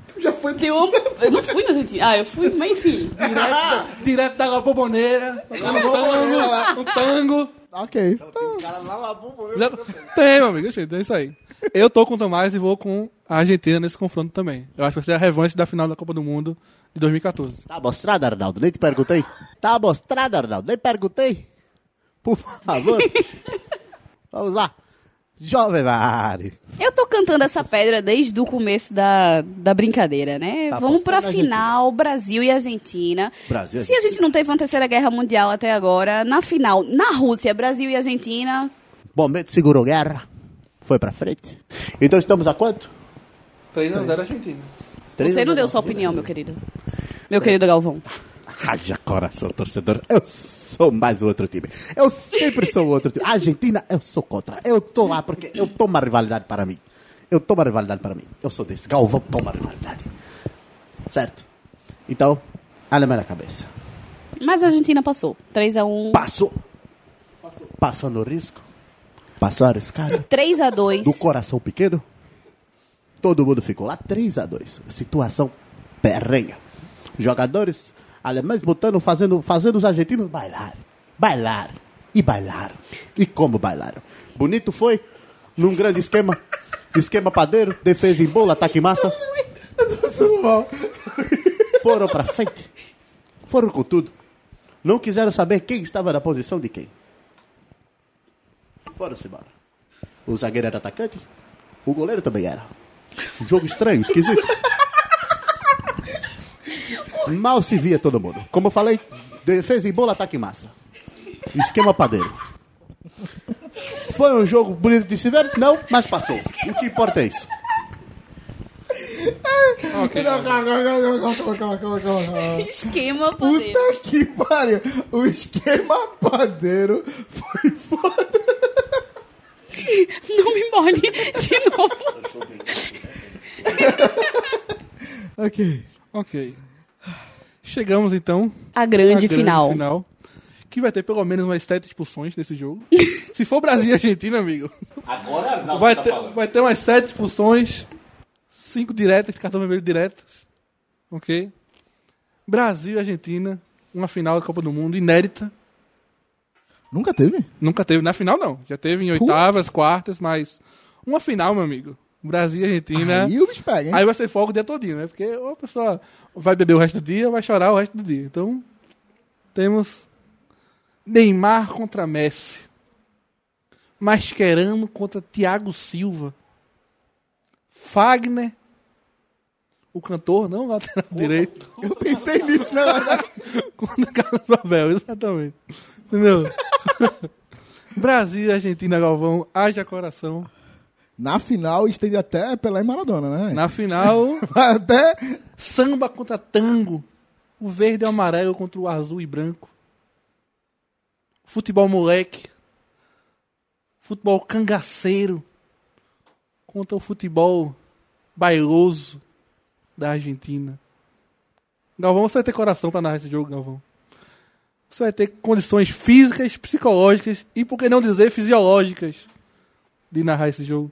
Tu já foi Tem um... Eu não fui na Argentina. Ah, eu fui, mas enfim.
Direto, direto da La Boboneira. Um tango. Um tango.
Ok.
Já- Tem, meu amigo, gente, é isso aí. Eu tô com o Tomás e vou com a Argentina nesse confronto também. Eu acho que vai ser a revanche da final da Copa do Mundo de 2014.
Tá mostrado, Arnaldo? Nem te perguntei. Tá mostrado, Arnaldo? Nem perguntei. Por [laughs] favor. Vamos lá. Jovem Mari.
Eu tô cantando essa pedra desde o começo da, da brincadeira, né?
Tá
Vamos
apostando
pra
na Argentina.
final, Brasil e Argentina.
Brasil e
Se a gente não teve uma terceira guerra mundial até agora, na final, na Rússia, Brasil e Argentina,
Momento segurou guerra. Foi pra frente. Então estamos a quanto?
3x0 Argentina.
Três
você não
a um
deu
zero.
sua opinião, meu querido. Meu querido Galvão.
Haja coração, torcedor. Eu sou mais o outro time. Eu sempre sou o outro time. A Argentina, eu sou contra. Eu tô lá porque eu tomo a rivalidade para mim. Eu tomo a rivalidade para mim. Eu sou desse. Galvão toma a rivalidade. Certo? Então, Alemanha na cabeça.
Mas a Argentina passou. 3x1,
Passou. Passou no risco. Passou arriscado.
3x2.
Do coração pequeno. Todo mundo ficou lá. 3 a 2 Situação perrenha. Jogadores alemães botando, fazendo, fazendo os argentinos bailar, bailar e bailar. E como bailaram? Bonito foi? Num grande esquema, esquema padeiro, defesa em bola, ataque em massa. Foram pra frente. Foram com tudo. Não quiseram saber quem estava na posição de quem. Foram-se embora. O zagueiro era atacante, o goleiro também era. Um jogo estranho, esquisito. Mal se via todo mundo. Como eu falei, defesa em bola, ataque em massa. Esquema padeiro. Foi um jogo bonito de se ver? Não, mas passou. O que importa é isso.
Esquema poder.
Puta que pariu! O esquema padeiro [laughs] foi foda!
Não me molhe de novo.
Ok.
Ok. Chegamos então
A
à
grande final.
Que vai ter pelo menos umas sete expulsões nesse jogo. [laughs] Se for Brasil e Argentina, amigo,
Agora não, tá
vai, ter, vai ter umas sete expulsões, cinco diretas, cartão vermelho diretas. Ok? Brasil e Argentina, uma final da Copa do Mundo inédita.
Nunca teve?
Nunca teve, na final não. Já teve em oitavas, quartas, mas uma final, meu amigo. Brasil e Argentina.
Aí o bicho pega, hein?
Né? Aí vai ser folga o dia todinho, né? Porque o pessoal vai beber o resto do dia, vai chorar o resto do dia. Então, temos Neymar contra Messi. Mascherano contra Thiago Silva. Fagner, o cantor, não o lateral direito.
[laughs] Eu pensei nisso, né?
[laughs] Contra Carlos Babel, exatamente. Entendeu? [laughs] Brasil, Argentina, Galvão, haja coração.
Na final, estende até Pelé e Maradona, né? velho?
Na final,
Até
samba contra tango, o verde e o amarelo contra o azul e branco, futebol moleque, futebol cangaceiro contra o futebol bailoso da Argentina. Galvão, você vai ter coração pra narrar esse jogo, Galvão. Você vai ter condições físicas, psicológicas e, por que não dizer, fisiológicas de narrar esse jogo.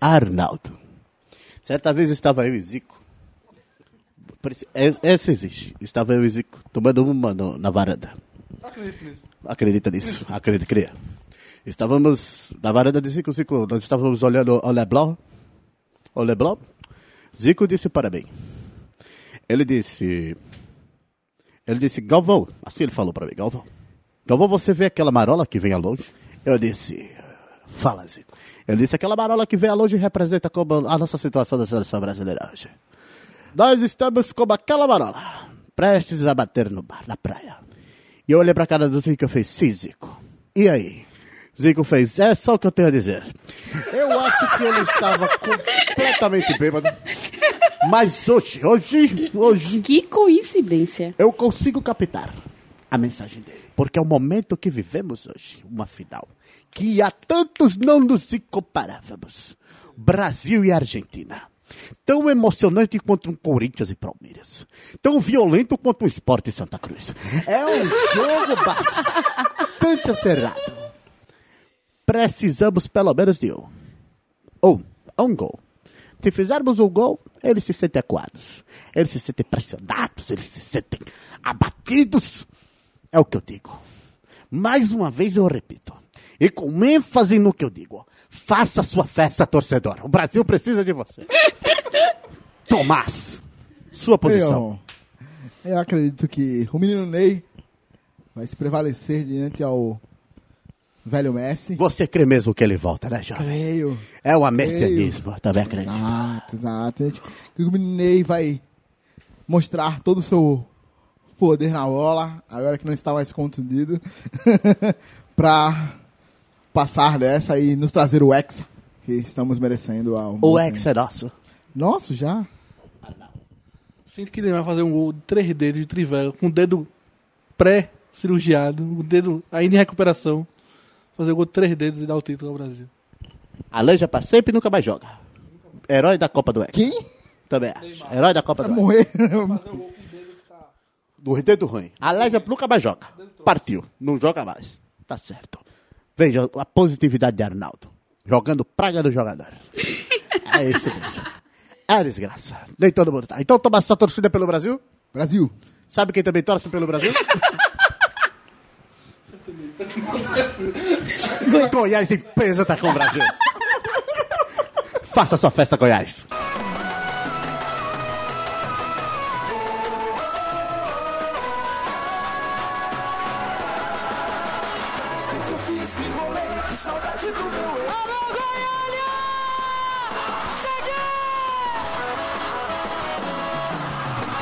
Arnaldo. Certa vez estava eu e Zico. Parece- es- Essa existe. Estava eu e Zico tomando uma no- na varanda. Acredita nisso. Acredita, cria. Estávamos na varanda de Zico, Zico. Nós estávamos olhando o Leblon. O Leblon. Zico disse parabéns. Ele disse. Ele disse, Galvão. Assim ele falou para mim, Galvão. Galvão, você vê aquela marola que vem a longe? Eu disse, fala, Zico. Ele disse, aquela marola que vem a longe representa como a nossa situação da seleção brasileira hoje. Nós estamos como aquela marola, prestes a bater no bar, na praia. E eu olhei pra cara do Zico e fiz, sim, Zico. E aí? Zico fez, é só o que eu tenho a dizer. Eu acho que ele estava completamente bêbado. Mas hoje, hoje, hoje,
Que coincidência.
eu consigo captar a mensagem dele. Porque é o momento que vivemos hoje, uma final, que há tantos não nos comparávamos. Brasil e Argentina. Tão emocionante quanto um Corinthians e Palmeiras. Tão violento quanto um esporte Santa Cruz. É um jogo bastante acerrado. Precisamos pelo menos de um ou um gol. Se fizermos um gol, eles se sentem acuados. Eles se sentem pressionados, eles se sentem abatidos. É o que eu digo. Mais uma vez eu repito. E com ênfase no que eu digo. Faça sua festa, torcedor. O Brasil precisa de você. Tomás, sua posição.
Eu, eu acredito que o menino Ney vai se prevalecer diante ao velho Messi.
Você crê mesmo que ele volta, né, jovem?
Creio.
É o messianismo, eu também acredito.
Exato, exato. Que o menino Ney vai mostrar todo o seu poder na bola, agora que não está mais contundido, [laughs] pra passar dessa e nos trazer o Hexa, que estamos merecendo ao
O
mundo.
ex é nosso.
Nossa, já?
Sinto que Neymar vai fazer um gol de três dedos de trivela, com o dedo pré-cirurgiado, o dedo ainda em recuperação. Fazer o gol de três dedos e dar o título ao Brasil.
Aleja pra sempre e nunca mais joga. Herói da Copa do Ex.
Quem?
Também acho. Herói da Copa
Vai
do Ex.
morrer. [laughs]
Do dedo ruim. Aleja nunca mais joga. Partiu. Não joga mais. Tá certo. Veja a positividade de Arnaldo. Jogando praga do jogador. [laughs] é isso mesmo. É a desgraça. Nem todo mundo tá. Então toma sua torcida pelo Brasil?
Brasil.
Sabe quem também torce pelo [laughs] Brasil? Goiás empresa tá com o Brasil. Faça sua festa, Goiás.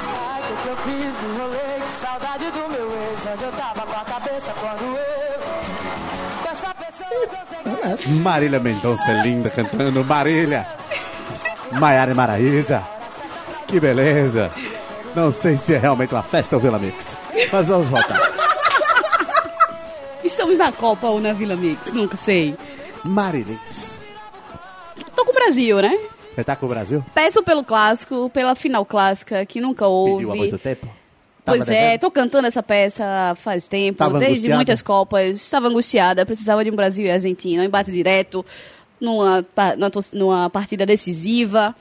Ai, o que eu fiz no rolê, que saudade do meu ex, onde eu tava com a cabeça quando eu. com Essa pessoa consegui.
Marília Mendonça é linda cantando. Marília. Maiara e Maraísa. Que beleza. Não sei se é realmente uma festa ou Vila Mix. Mas vamos voltar.
Estamos na Copa ou na Vila Mix, nunca sei.
Marília.
Tô com o Brasil, né?
Você tá com o Brasil?
Peço pelo clássico, pela final clássica, que nunca houve.
Pediu há muito tempo? Tava
Pois é,
devendo?
tô cantando essa peça faz tempo,
Tava
desde
angustiada?
muitas Copas. Estava angustiada, precisava de um Brasil e Argentina, um embate direto, numa, pa- numa, tor- numa partida decisiva.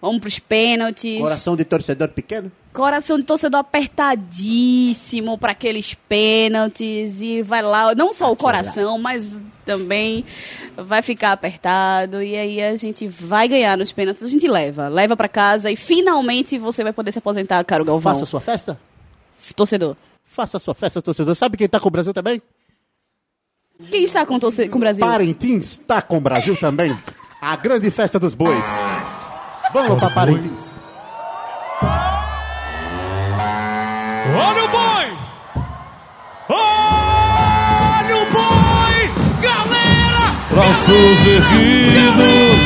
Vamos pros pênaltis.
Coração de torcedor pequeno?
Coração de torcedor apertadíssimo para aqueles pênaltis e vai lá, não só o coração, mas também vai ficar apertado e aí a gente vai ganhar nos pênaltis, a gente leva, leva para casa e finalmente você vai poder se aposentar, caro Galvão.
Faça sua festa?
Torcedor.
Faça sua festa, torcedor. Sabe quem tá com o Brasil também?
Quem está com, torce- com o Brasil?
Parintins tá com o Brasil também. A grande festa dos bois. Vamos pra Parintins.
Olha o boi! Olha o boi! Galera! Braços erguidos,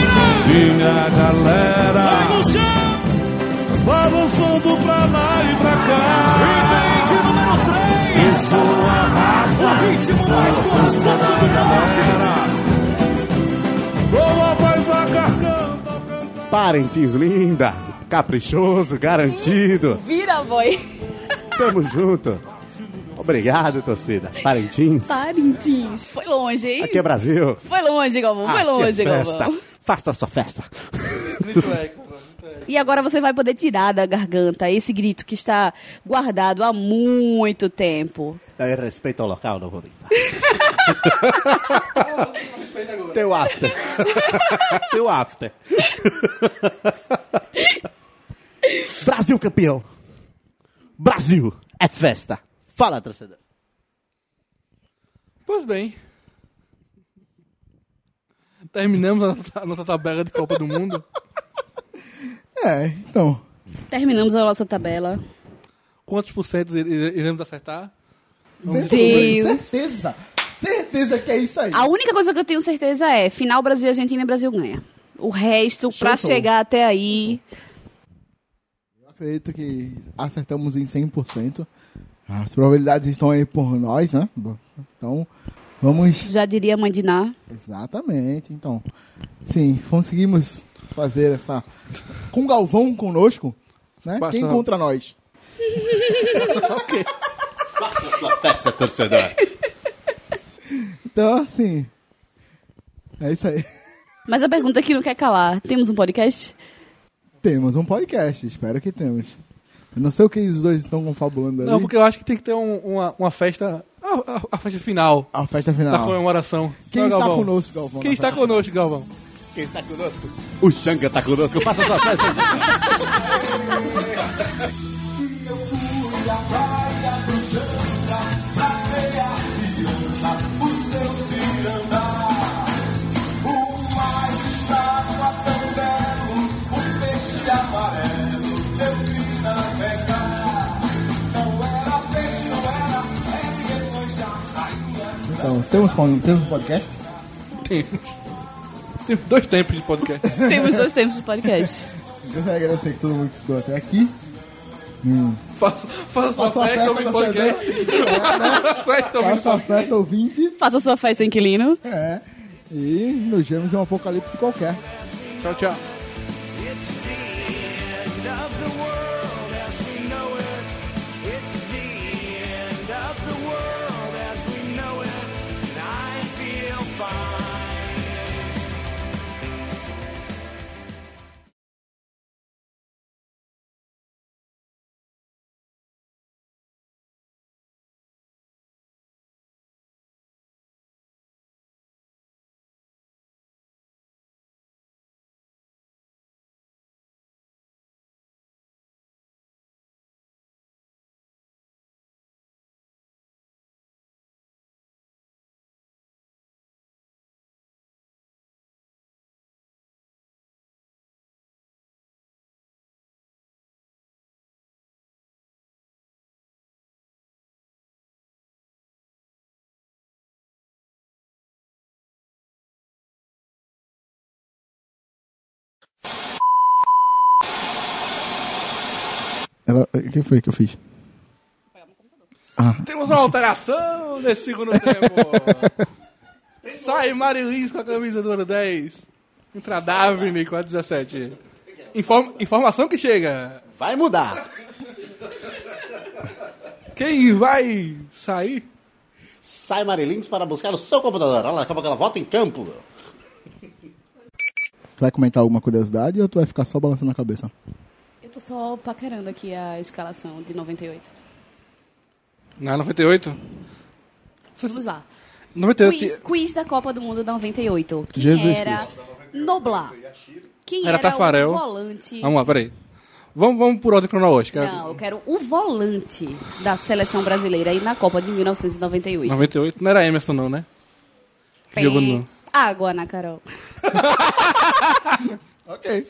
minha galera! Vamos chão! Balançando pra lá e pra cá! Invente número 3! Isso é O ritmo mais gostoso do norte! Voa, voz a garganta!
Parintins linda, caprichoso, garantido.
Vira, boy.
Tamo junto. Obrigado, torcida. Parintins.
Tá. Parintins. Foi longe, hein?
Aqui é Brasil.
Foi longe, Galvão. Foi
Aqui é
longe,
festa.
Galvão.
Faça sua festa.
E agora você vai poder tirar da garganta esse grito que está guardado há muito tempo.
Eu respeito ao local, não vou deitar. Teu after. Teu after. Brasil campeão. Brasil é festa. Fala, torcedor.
Pois bem. Terminamos a nossa- a nossa tabela de Copa do Mundo.
É, então.
Terminamos a nossa tabela.
Quantos por cento ire- ire- iremos acertar?
Deus.
Deus.
Certeza. Certeza que é isso aí.
A única coisa que eu tenho certeza é: final Brasil e Argentina, Brasil ganha. O resto, pra chegar até aí.
Eu acredito que acertamos em 100%. As probabilidades estão aí por nós, né? Bom, Então, vamos...
Já diria a mãe de Ná.
Exatamente. Então, sim, conseguimos fazer essa... Com Galvão conosco, né? Quem
Passando.
contra
[laughs]
nós?
Sua festa, torcedor.
Então, assim... É isso aí.
Mas a pergunta é que não quer calar: temos um
[laughs]
podcast?
Temos um podcast, espero que temos. Eu não sei o que os dois estão confabulando ali.
Não, porque eu acho que tem que ter um- uma, uma festa. A, a- a festa final.
A festa
Da
final.
comemoração.
Quem
Não,
está
Galvão?
conosco, Galvão?
Quem
na
está conosco, Galvão?
Quem está conosco? O Xanga está conosco. Faça sua festa.
Então, temos, pod- temos um podcast?
Tem dois tempos de podcast.
temos dois tempos de podcast.
Gostaria de agradecer a todo mundo que estudou até aqui.
faça faça uma
Faça uma
festa, ouve
festa,
podcast. [laughs] Festa, ouve
Faça a festa ouvinte.
Faça sua festa, inquilino.
É. E nos vemos em um apocalipse qualquer.
podcast. Tchau, tchau.
It's the end of the world as we know it. It's the end of the world as we know it. And I feel fine.
Ela... O que foi que eu fiz?
Temos uma alteração nesse segundo tempo. Sai Marilins com a camisa número 10. Entra Davine com a 17. Inform- informação que chega.
Vai mudar.
Quem vai sair?
Sai Marilins para buscar o seu computador. Olha, acaba que ela volta em campo.
Tu vai comentar alguma curiosidade ou tu vai ficar só balançando a cabeça?
Eu tô só paquerando aqui a escalação de 98.
Na 98?
Vamos lá.
98
Quiz, quiz da Copa do Mundo da 98. Quem
Jesus
era Noblar? Quem
era
era,
Tafarel. É um
o volante?
Vamos lá, peraí. Vamos, vamos por ordem cronológica.
Não, eu quero o volante da seleção brasileira aí na Copa de 1998.
98 não era Emerson, não, né?
Pé.
Jogou no-
Água na Carol.
ok.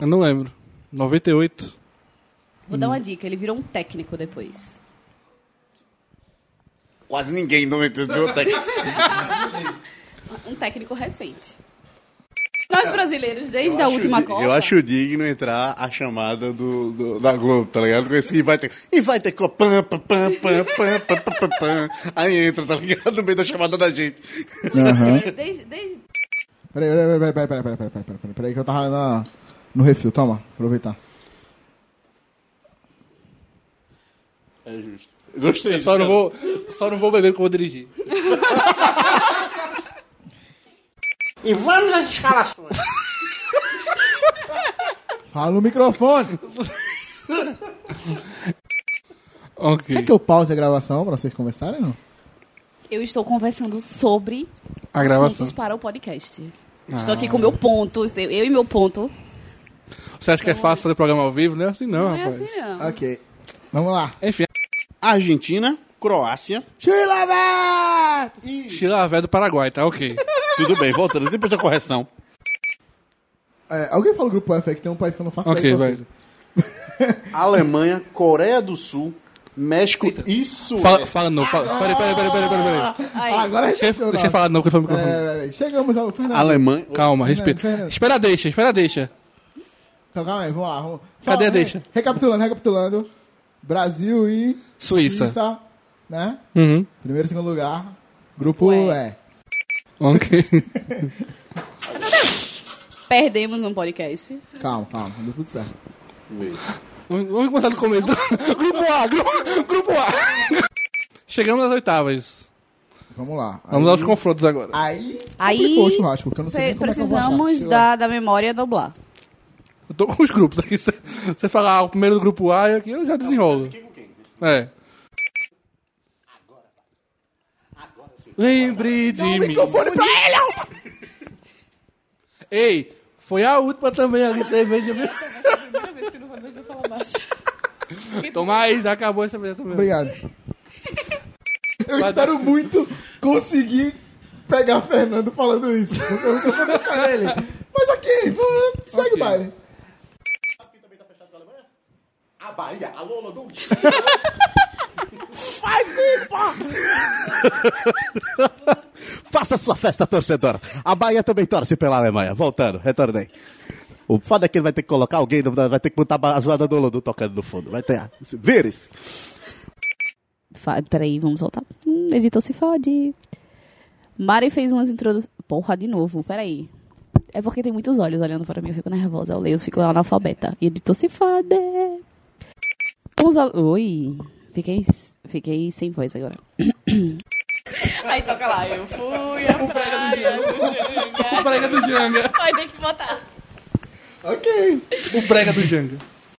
Eu não lembro. 98.
Vou
Hum.
dar uma dica, ele virou um técnico depois.
Quase ninguém não entendeu até aqui.
Um técnico recente. Nós brasileiros, desde a
acho
última
di-
Copa.
Eu acho digno entrar a chamada do, do- da Globo, tá ligado? Com esse que vai ter. E vai ter copan, pam, pam, pam, pam, pam, pam, pam, pam. Aí entra, tá ligado? No meio da chamada da gente.
Aham.
Desde, desde...
Peraí, peraí, peraí, peraí, peraí, peraí, peraí, peraí, peraí, peraí, peraí, que eu tava na- no refil. Toma, aproveitar.
É justo. Gostei.
Eu só não vou, só não vou beber que eu vou dirigir.
E vamos nas escalações.
Fala no microfone!
Ok.
Quer que eu pause a gravação pra vocês conversarem, não?
Eu estou conversando sobre
A gravação.
assuntos para o podcast. Estou
Ah.
aqui com o meu ponto, eu e meu ponto.
Você acha que é fácil fazer programa ao vivo? Não é assim, não,
Não é
rapaz.
assim, não.
Ok. Vamos lá.
Enfim,
Argentina, Croácia.
Chilavert!
Chila Vé do Paraguai, tá ok.
Tudo bem, voltando. Depois da correção.
É, alguém fala o grupo F aí que tem um país que eu não faço
Ok,
ideia qual
vai.
seja.
Alemanha, Coreia do Sul, México e
Fala,
Suécia.
fala não,
Ah.
fala. Peraí, peraí, peraí, peraí, peraí. peraí.
Aí,
Agora é
Deixa, eu- deixa eu falar não, que eu tô no microfone.
Chegamos ao Fernando.
Alemanha.
Calma, respira.
Fernando.
Espera, deixa, espera, deixa.
Então, calma aí, vamos lá. Vamos... é,
Cadê a deixa?
Recapitulando, recapitulando. Brasil e
Suíça.
Suíça, né?
Uhum.
Primeiro e segundo lugar. Grupo
Ué.
E.
[laughs] Ok.
perdemos um podcast.
Calma, calma, deu tudo certo.
Vamos vamos começar do começo. [laughs] grupo A, grupo, grupo [laughs] A. Chegamos às oitavas.
Vamos lá. Aí-
Vamos aos confrontos agora.
Aí,
Aí,
complicou o churrasco, porque eu não sei
Pre-
nem como é que eu vou achar.
Precisamos
Sei lá.
da, da memória doblar.
Eu tô com os grupos aqui. Se você falar ah, o primeiro do grupo A, aqui eu já desenrolo. É. tá. Lembre de mim. microfone pra ele! Ei, foi a última também ali que teve. viu?
Primeira vez que não vou dizer falar baixo.
Tomás, acabou essa vez também.
Obrigado. [laughs] Eu espero muito conseguir pegar Fernando falando isso. porque Eu não vou deixar ele. Mas ok, vamos- segue o baile.
tá A Bahia, alô, alô, alô. [laughs] Faça sua festa torcedora. A Bahia também torce pela Alemanha. Voltando, retornei. O foda é que ele vai ter que colocar alguém, vai ter que botar a zoada do Lulu tocando no fundo. Vai ter. Vire-se.
Fa- Peraí, vamos voltar. Hum, editor se fode. Mari fez umas introduções. Porra, de novo, peraí. É porque tem muitos olhos olhando para mim, eu fico nervosa. Eu leio, eu fico analfabeta. E editor se fode. Uns al- Oi. Fiquei, fiquei sem voz agora.
Aí toca lá, eu fui a praia do Janga.
O brega do Janga.
Vai ter que botar.
Ok.
O brega do Janga.